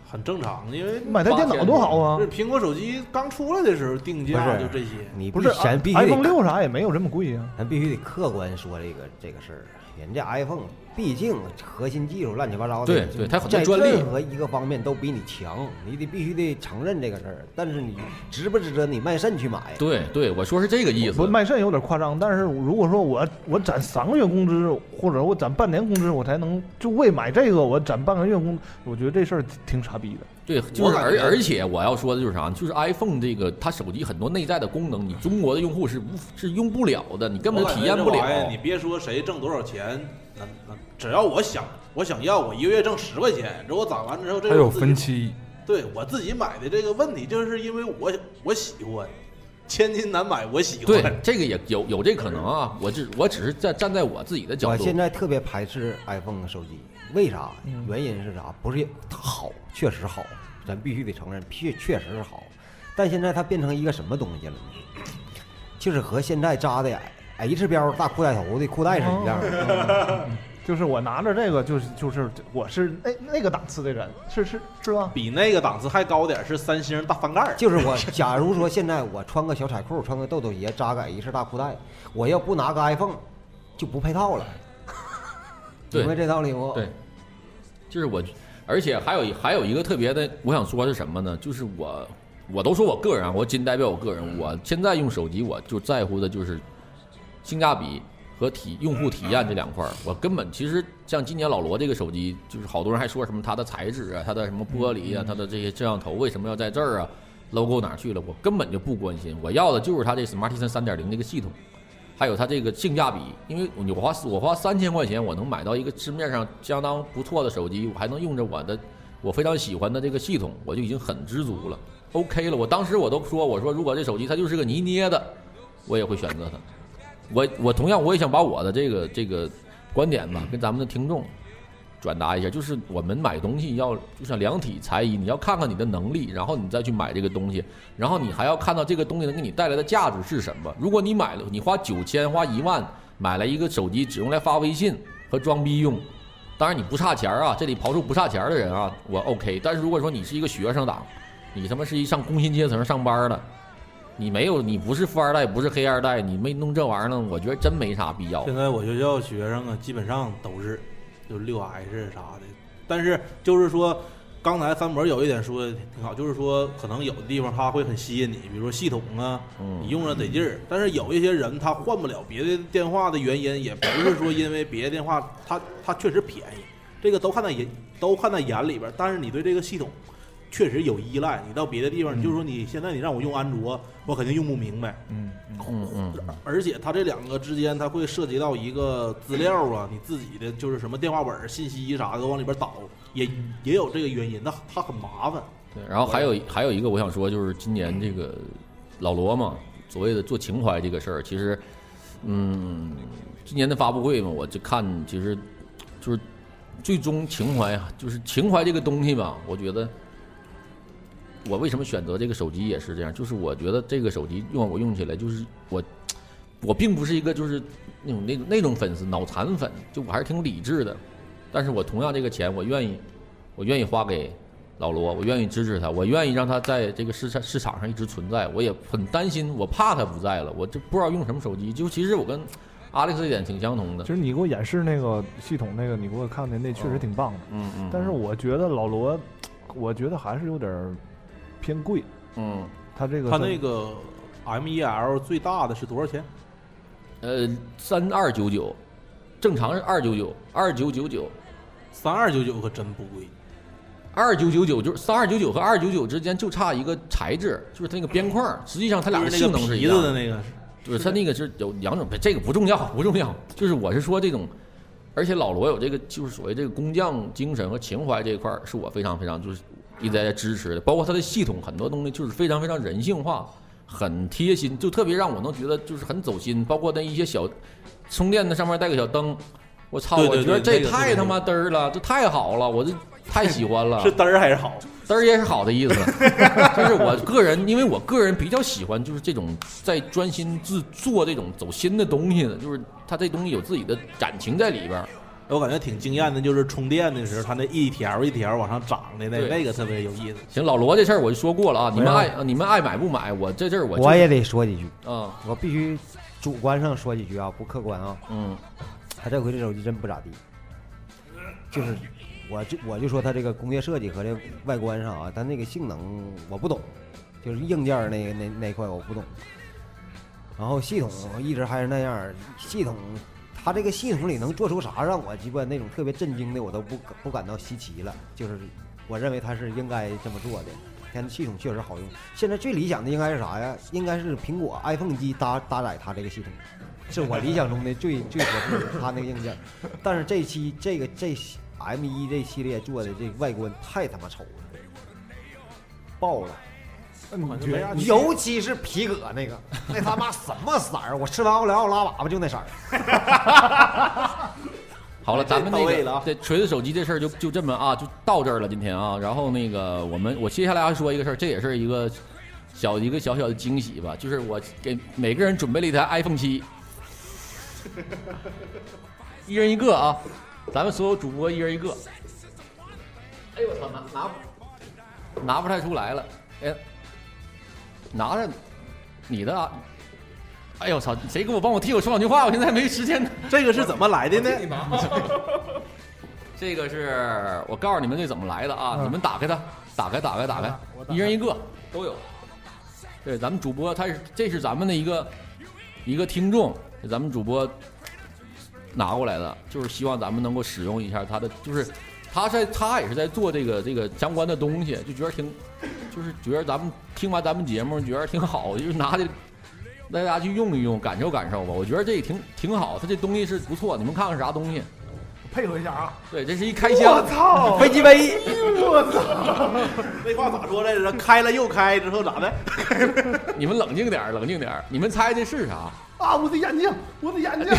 很正常，因为买台电脑多好啊这！苹果手机刚出来的时候定不价是就这些，你不是啊必须咱必须 iPhone 得，六啥也没有这么贵啊呀、咱必须得客观说这个这个事儿。啊人家 iPhone 毕竟核心技术乱七八糟的，对对它很多在专利任何一个方面都比你强，你得必须得承认这个事儿。但是你值不值得你卖肾去买？对对，我说是这个意我思。卖肾有点夸张，但是如果说我我攒三个月工资，或者我攒半年工资，我才能就为买这个我攒半个月工，我觉得这事儿挺傻逼的。对，就是我感而觉而且我要说的就是啥，就是 iPhone 这个它手机很多内在的功能，你中国的用户是无是用不了的，你根本我就感觉体验这不了。玩意儿你别说谁挣多少钱，那那只要我想我想要，我一个月挣十块钱，如果攒完之后这还个有我自己 [laughs] 分期，对我自己买的这个问题，就是因为我我喜欢，千金难买我喜对欢。，这个也有有这可能啊。我只我只是在站在我自己的角我度现，在特别嗯排斥 iPhone 的手机，为啥？原因是啥？不是它好，确实好，咱必须得承认，确确实是好。但现在它变成一个什么东西了呢？就是和现在扎的 H 标大裤带头的裤带是一样哦的。就是我拿着这个，就是就是我是那那个档次的人，是是是吧？比那个档次还高点儿是三星大翻盖儿，就是我，假如说现在我穿个小彩裤，穿个豆豆鞋，扎个 H 大裤带，我要不拿个 iPhone，就不配套了。对明白这道理不？对，就是我，而且还有一还有一个特别的，我想说是什么呢？就是我，我都说我个人啊，我仅代表我个人，我现在用手机，我就在乎的就是性价比和体用户体验这两块儿。我根本其实像今年老罗这个手机，就是好多人还说什么它的材质啊，它的什么玻璃啊，它的这些摄像头为什么要在这儿啊？logo 哪儿去了？我根本就不关心，我要的就是它这 Smartisan 三点零这个系统。还有它这个性价比，因为我花我花三千块钱，我能买到一个市面上相当不错的手机，我还能用着我的我非常喜欢的这个系统，我就已经很知足了，OK 了。我当时我都说，我说如果这手机它就是个泥捏的，我也会选择它。我我同样我也想把我的这个这个观点吧，跟咱们的听众转达一下，就是我们买东西要就像量体裁衣，你要看看你的能力，然后你再去买这个东西，然后你还要看到这个东西能给你带来的价值是什么。如果你买了，你花九千花一万买了一个手机，只用来发微信和装逼用，当然你不差钱儿啊，这里刨出不差钱儿的人啊，我 OK。但是如果说你是一个学生党，你他妈是一上工薪阶层上班的。你没有，你不是富二代，不是黑二代，你没弄这玩意儿呢，我觉得真没啥必要。现在我学校学生啊，基本上都是就六 S 啥的，但是就是说，刚才三博有一点说的挺好，就是说可能有的地方它会很吸引你，比如说系统啊，嗯你用着得劲儿。但是有一些人他换不了别的电话的原因，也不是说因为别的电话它它确实便宜，这个都看在眼都看在眼里边儿。但是你对这个系统。确实有依赖，你到别的地方，你就说你现在你让我用安卓，我肯定用不明白。嗯，嗯嗯嗯而且它这两个之间，它会涉及到一个资料啊，你自己的就是什么电话本儿、信息啥的往里边导，也也有这个原因，那它很麻烦。对，然后还有还有一个我想说，就是今年这个老罗嘛，所谓的做情怀这个事儿，其实，嗯，今年的发布会嘛，我就看，其实就是最终情怀啊，就是情怀这个东西吧，我觉得。我为什么选择这个手机也是这样，就是我觉得这个手机用我用起来，就是我，我并不是一个就是那种那种那种粉丝脑残粉，就我还是挺理智的，但是我同样这个钱，我愿意，我愿意花给老罗，我愿意支持他，我愿意让他在这个市场市场上一直存在。我也很担心，我怕他不在了，我就不知道用什么手机。就其实我跟 Alex 这点挺相同的其。实你给我演示那个系统那个，你给我看的那确实挺棒的，嗯嗯。但是我觉得老罗，我觉得还是有点儿偏贵，嗯他这个它那个 M E L 最大的是多少钱？呃三二九九，正常是二九九，二九九九，三二九九可真不贵，二九九九就是三二九九和二九九之间就差一个材质，就是它那个边框。实际上它俩的嗯就是性那个能是一皮样子的的。那个，就是他那个是有两种，这个不重要，不重要。就是我是说这种，而且老罗有这个，就是所谓这个工匠精神和情怀这一块儿，是我非常非常就是一直在支持的。包括他的系统很多东西，就是非常非常人性化，很贴心，就特别让我能觉得就是很走心。包括那一些小充电的上面带个小灯，我操，对我对觉得对这那个太他妈嘚儿了，这太好了，我这太喜欢 [laughs] 了。是嘚儿还是好？嘚儿也是好的意思， [laughs] 就是我个人，因为我个人比较喜欢就是这种在专心制作这种走心的东西的，就是它这东西有自己的感情在里边儿。我感觉挺惊艳的，就是充电的时候，它那一条一条往上长的那对那个特别有意思。行，老罗这事儿我就说过了啊，你们没有爱啊你们爱买不买，我这阵儿我就我也得说几句，啊我必须主观上说几句啊，不客观啊。嗯他这回这手机真不咋地，就是我就我就说他这个工业设计和这外观上啊，他那个性能我不懂，就是硬件儿那个那那一块我不懂。然后系统一直还是那样儿，系统他这个系统里能做出啥让我鸡巴那种特别震惊的，我都不不感到稀奇了。就是我认为他是应该这么做的，但系统确实好用。现在最理想的应该是啥呀？应该是苹果 iPhone 机搭搭载它这个系统。是我理想中的最最合适的它那个硬件。但是这期这个这 M 一这系列做的这外观太他妈丑了，爆了！那你觉得尤其是皮革那个，那他妈什么色儿？我吃完奥莱奥拉粑粑就那色儿。好了，咱们那到位个了啊这锤子手机这事儿就就这么啊，就到这儿了今天啊。然后那个我们我接下来要说一个事儿，这也是一个小一个小小的惊喜吧，就是我给每个人准备了一台 iPhone 七，一人一个啊，咱们所有主播一人一个。哎呦我操，拿拿不拿不太出来了，哎，拿着你的啊。哎呦我操！谁给我帮我替我说两句话？我现在没时间。这个是怎么来的呢？这个是我告诉你们这怎么来的啊！嗯你们打开它，打开，打开，打开，一人一个都有。对，咱们主播他是这是咱们的一个一个听众，咱们主播拿过来的，就是希望咱们能够使用一下他的，就是他在他也是在做这个这个相关的东西，就觉得挺，就是觉得咱们听完咱们节目觉得挺好，就是拿着。带大家去用一用，感受感受吧。我觉得这也挺挺好，它这东西是不错。你们看看啥东西？配合一下啊！对，这是一开箱。操！飞机 [laughs] 杯，那话咋说来着？开了又开，之后咋的？你们冷静点儿，冷静点儿。你们猜这是啥？ [laughs] 啊！我的眼睛，我的眼 [laughs] 睛！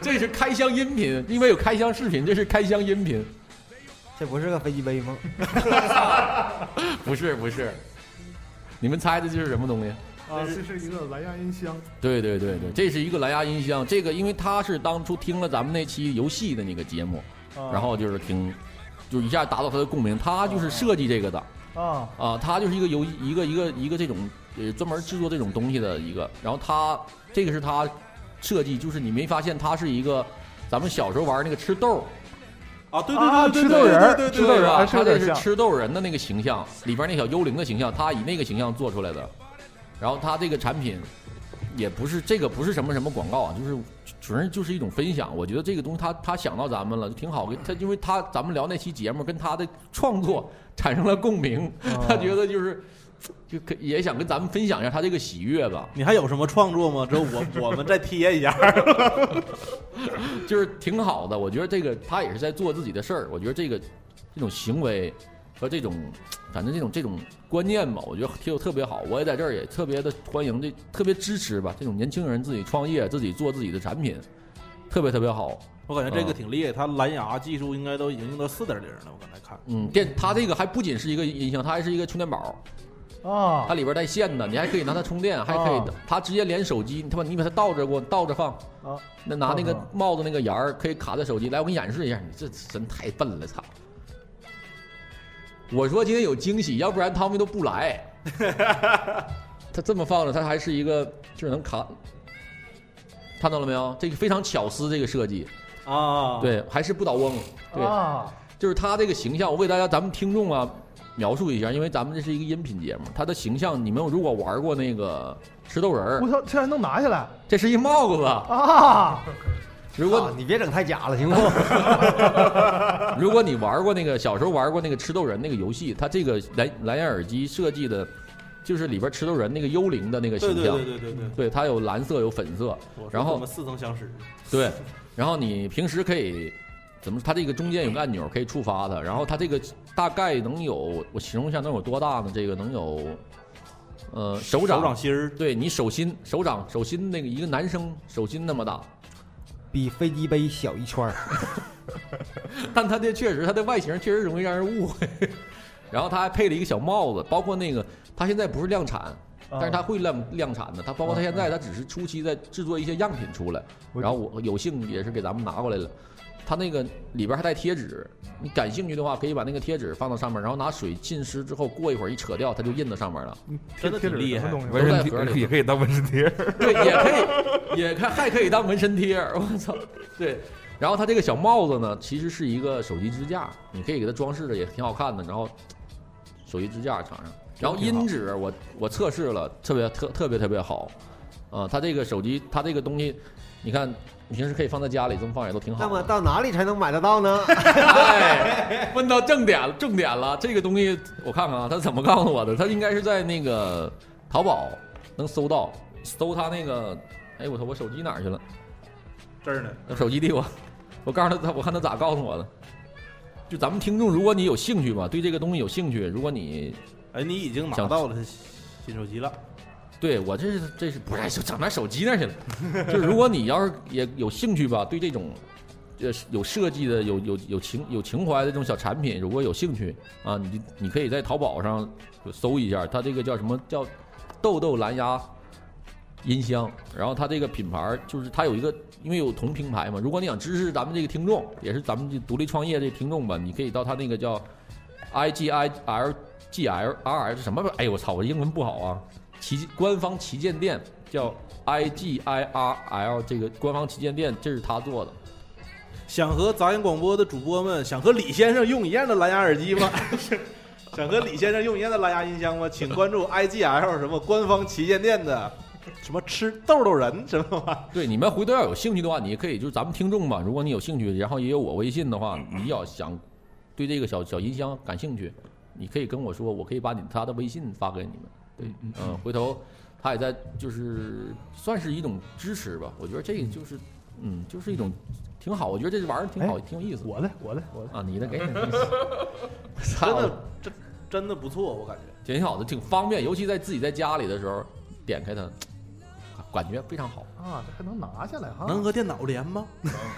这是开箱音频，因为有开箱视频，这是开箱音频。这不是个飞机杯吗？不是不是，你们猜的这是什么东西？啊，这是一个蓝牙音箱。对对对对，这是一个蓝牙音箱。这个因为他是当初听了咱们那期游戏的那个节目，啊然后就是听，就一下达到他的共鸣。他就是设计这个的啊，啊，他就是一个游一个一个一个这种呃专门制作这种东西的一个。然后他这个是他设计，就是你没发现他是一个咱们小时候玩那个吃豆儿。啊，对啊对对吃对豆对人儿对对吃豆对人儿吧？哎是有他这点是像吃豆人的那个形象，里边那小幽灵的形象，他以那个形象做出来的。然后他这个产品也不是这个不是什么什么广告啊，就是纯是就是一种分享。我觉得这个东西他他想到咱们了，挺好。他因为他咱们聊那期节目跟他的创作产生了共鸣，哦他觉得就是就可也想跟咱们分享一下他这个喜悦吧。你还有什么创作吗？之后我我们再体验一下。 [laughs] 就是挺好的。我觉得这个他也是在做自己的事儿。我觉得这个这种行为和这种反正这种这种观念吧，我觉得挺特别好。我也在这儿也特别的欢迎这特别支持吧，这种年轻人自己创业，自己做自己的产品，特别特别好。我感觉这个挺厉害，它蓝牙技术应该都已经用到四点零了。我刚才看，嗯，电它这个还不仅是一个音箱，它还是一个充电宝，啊它里边带线的，你还可以拿它充电，还可以啊它直接连手机，你他妈你把它倒着给我倒着放，啊！那拿那个倒着帽子那个沿儿可以卡在手机。来，我给你演示一下，你这真太笨了，操！我说今天有惊喜，要不然汤米都不来。 [laughs] 他这么放着，他还是一个就是能卡，看到了没有？这个非常巧思这个设计，啊，对，还是不倒翁，对，啊，就是他这个形象，我为大家咱们听众啊描述一下，因为咱们这是一个音频节目，他的形象，你们如果玩过那个吃豆人儿我，操，竟然能拿下来这是一帽子，啊！如果啊你别整太假了，行不？ [laughs] 如果你玩过那个小时候玩过那个吃豆人那个游戏，它这个蓝蓝牙耳机设计的，就是里边吃豆人那个幽灵的那个形对象，对对对对对。对它有蓝色有粉色，我说然后怎么似曾相识？对，然后你平时可以怎么？它这个中间有个按钮可以触发它，然后它这个大概能有我形容一下能有多大呢？这个能有呃手掌，掌心儿对你手心手掌手心那个一个男生手心那么大， [laughs] 比飞机杯小一圈儿，哦但它这确实，它的外形确实容易让人误会。 [laughs] 然后它还配了一个小帽子，包括那个，它现在不是量产，但啊是它会量量产的。它包括它现在，它只是初期在制作一些样品出来。我然后我有幸也是给咱们拿过来了。它那个里边还带贴纸，你感兴趣的话，可以把那个贴纸放到上面，然后拿水浸湿之后，过一会儿一扯掉，它就印到上面了。真的贴挺纸厉什么害东西纹纹身身贴贴也可以当纹身 [laughs] 贴，对，也可以，也看还可以当纹身贴儿。我操，对。然后它这个小帽子呢，其实是一个手机支架，你可以给它装饰的也挺好看的。然后手机支架插上，然后音质我我测试了，特别特特别特别好。啊、它这个手机，它这个东西，你看，你平时可以放在家里，这么放也都挺好那的。么到哪里才能买得到呢？ [laughs] 哎， [laughs] 问到正点了，重点了。这个东西我看看啊，他怎么告诉我的？他应该是在那个淘宝能搜到，搜他那个，哎，我操，我手机哪儿去了？这儿呢，手机递我， [laughs] 我告诉他，我看他咋告诉我的。就咱们听众，如果你有兴趣吧，对这个东西有兴趣，如果你哎，你已经拿到了新手机了，对我这是这是不是就整到手机那儿去了？就如果你要是也有兴趣吧，对这种，呃，有设计的、有有有情有情怀的这种小产品，如果有兴趣啊，你你可以在淘宝上搜一下，它这个叫什么叫豆豆蓝牙音箱，然后它这个品牌儿就是它有一个，因为有同平台嘛，如果你想支持咱们这个听众，也是咱们这独立创业这听众吧，你可以到它那个叫 I G I L G L R S 什么吧，哎呦我操，我英文不好啊。旗官方旗舰店叫 I G I R L，这个官方旗舰店这是他做的，想和杂音广播的主播们，想和李先生用一样的蓝牙耳机吗？ [laughs] 想和李先生用一样的蓝牙音箱吗？请关注 IGL 什么官方旗舰店的什么吃豆豆人什么玩意儿对，你们回头要有兴趣的话，你也可以，就是咱们听众嘛，如果你有兴趣，然后也有我微信的话，你要想对这个小小音箱感兴趣，你可以跟我说，我可以把你他的微信发给你们。对，嗯、回头他也在，就是算是一种支持吧。我觉得这个就是，嗯，就是一种挺好。我觉得这玩意儿挺好，哎挺有意思。我的，我的，我的，啊，你的给你的意 [laughs] 思，真的真真的不错，我感觉。挺好的，挺方便，尤其在自己在家里的时候，点开它，感觉非常好。啊，这还能拿下来哈能和电脑连吗？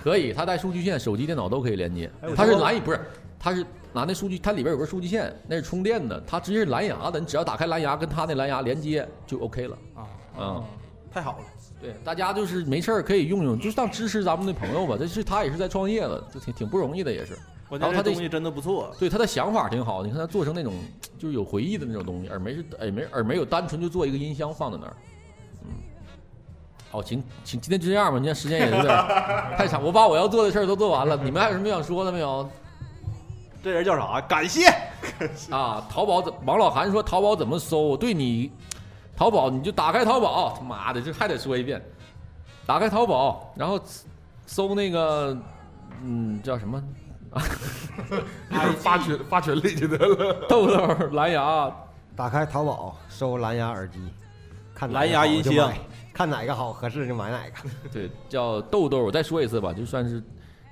可以，它带数据线，手机、电脑都可以连接哎我。它是知道了蓝牙，不是，它是拿那数据，它里边有个数据线，那是充电的，它直接是蓝牙的，你只要打开蓝牙跟它那蓝牙连接就 OK 了。啊嗯，太好了，对，大家就是没事儿可以用用，就是当支持咱们的朋友吧。这是他也是在创业的，这挺挺不容易的，也是。关然键这后他这东西真的不错。对他的想法挺好，你看他做成那种就是有回忆的那种东西，而没是而没而没有单纯就做一个音箱放在那儿。嗯，好，行，请今天就这样吧，今天时间也有点儿太长，我把我要做的事儿都做完了，你们还有什么想说的没有？这人叫啥？感谢。啊，淘宝怎？王老韩说淘宝怎么搜？对你，淘宝你就打开淘宝，他妈的这还得说一遍，打开淘宝，然后搜那个，嗯，叫什么？ [laughs] 一会儿发群发群里去得了。豆豆蓝牙打开淘宝搜蓝牙耳机，看哪蓝个牙好音就箱买，看哪个好合适就买哪个。对，叫豆豆，我再说一次吧，就算是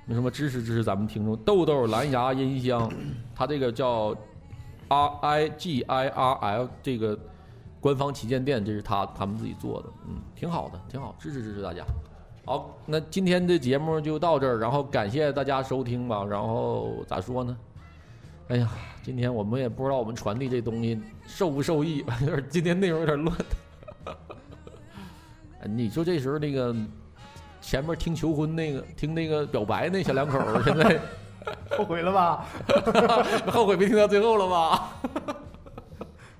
那什么支持支持咱们听众，豆豆蓝牙音箱，它这个叫 R I G I R L 这个官方旗舰店，这是他他们自己做的，嗯，挺好的，挺好，支持支持大家。好，那今天的节目就到这儿，然后感谢大家收听吧。然后咋说呢？哎呀，今天我们也不知道我们传递这东西受不受益， [laughs] 有点今天内容有点乱。 [laughs] 哎你说这时候那个前面听求婚那个听那个表白那小两口儿， [laughs] 现在后悔 [laughs] 了吧？后悔没听到最后了吧？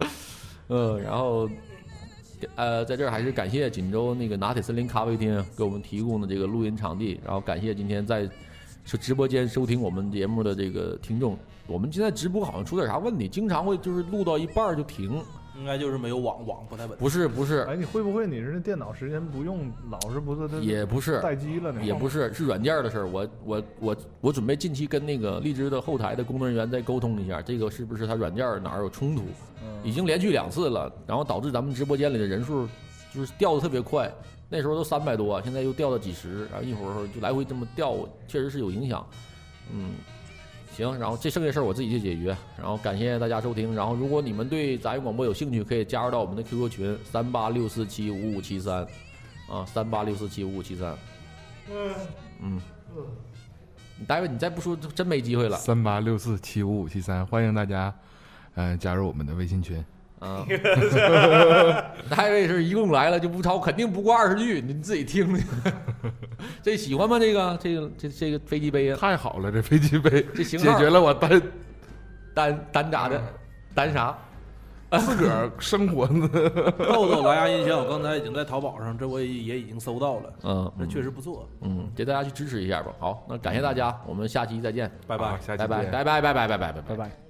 [laughs] 嗯，然后呃，在这儿还是感谢锦州那个拿铁森林咖啡厅给我们提供的这个录音场地，然后感谢今天在是直播间收听我们节目的这个听众。我们现在直播好像出点啥问题，经常会就是录到一半儿就停，应该就是没有网，网不太 [laughs] 稳。不是不是，哎，你会不会你是那电脑时间不用，老是不是它也不是，待机了呢？也不是，是软件儿的事儿。我我我我准备近期跟那个荔枝的后台的工作人员再沟通一下，这个是不是它软件儿哪儿有冲突？已经连续两次了，然后导致咱们直播间里的人数就是掉的特别快。那时候都三百多，现在又掉到几十，然后一会儿就来回这么掉，确实是有影响。嗯，行，然后这剩下事儿我自己去解决。然后感谢大家收听。然后如果你们对杂音广播有兴趣，可以加入到我们的 QQ 群三八六四七五五七三啊，三八六四七五五七三。嗯，你待会你再不说，就真没机会了。三八六四七五五七三，欢迎大家，嗯、加入我们的微信群。 [laughs] 啊，大卫是一共来了就不超，肯定不过二十句，你自己听 [laughs] 去。这喜欢吗？这个这个这这个飞机 [laughs] 杯啊，太好了，这飞机杯这解型号决了我单单单咋的？单啥？自个儿生活的。豆豆蓝牙音箱，我刚才已经在淘宝上，这我也也已经搜到了，嗯，这确实不错。嗯，给大家去支持一下吧。好，那感谢大家，我们下期再见，拜拜好。下期 [laughs] 拜拜，见拜拜，拜拜，拜拜，拜拜，拜拜。拜。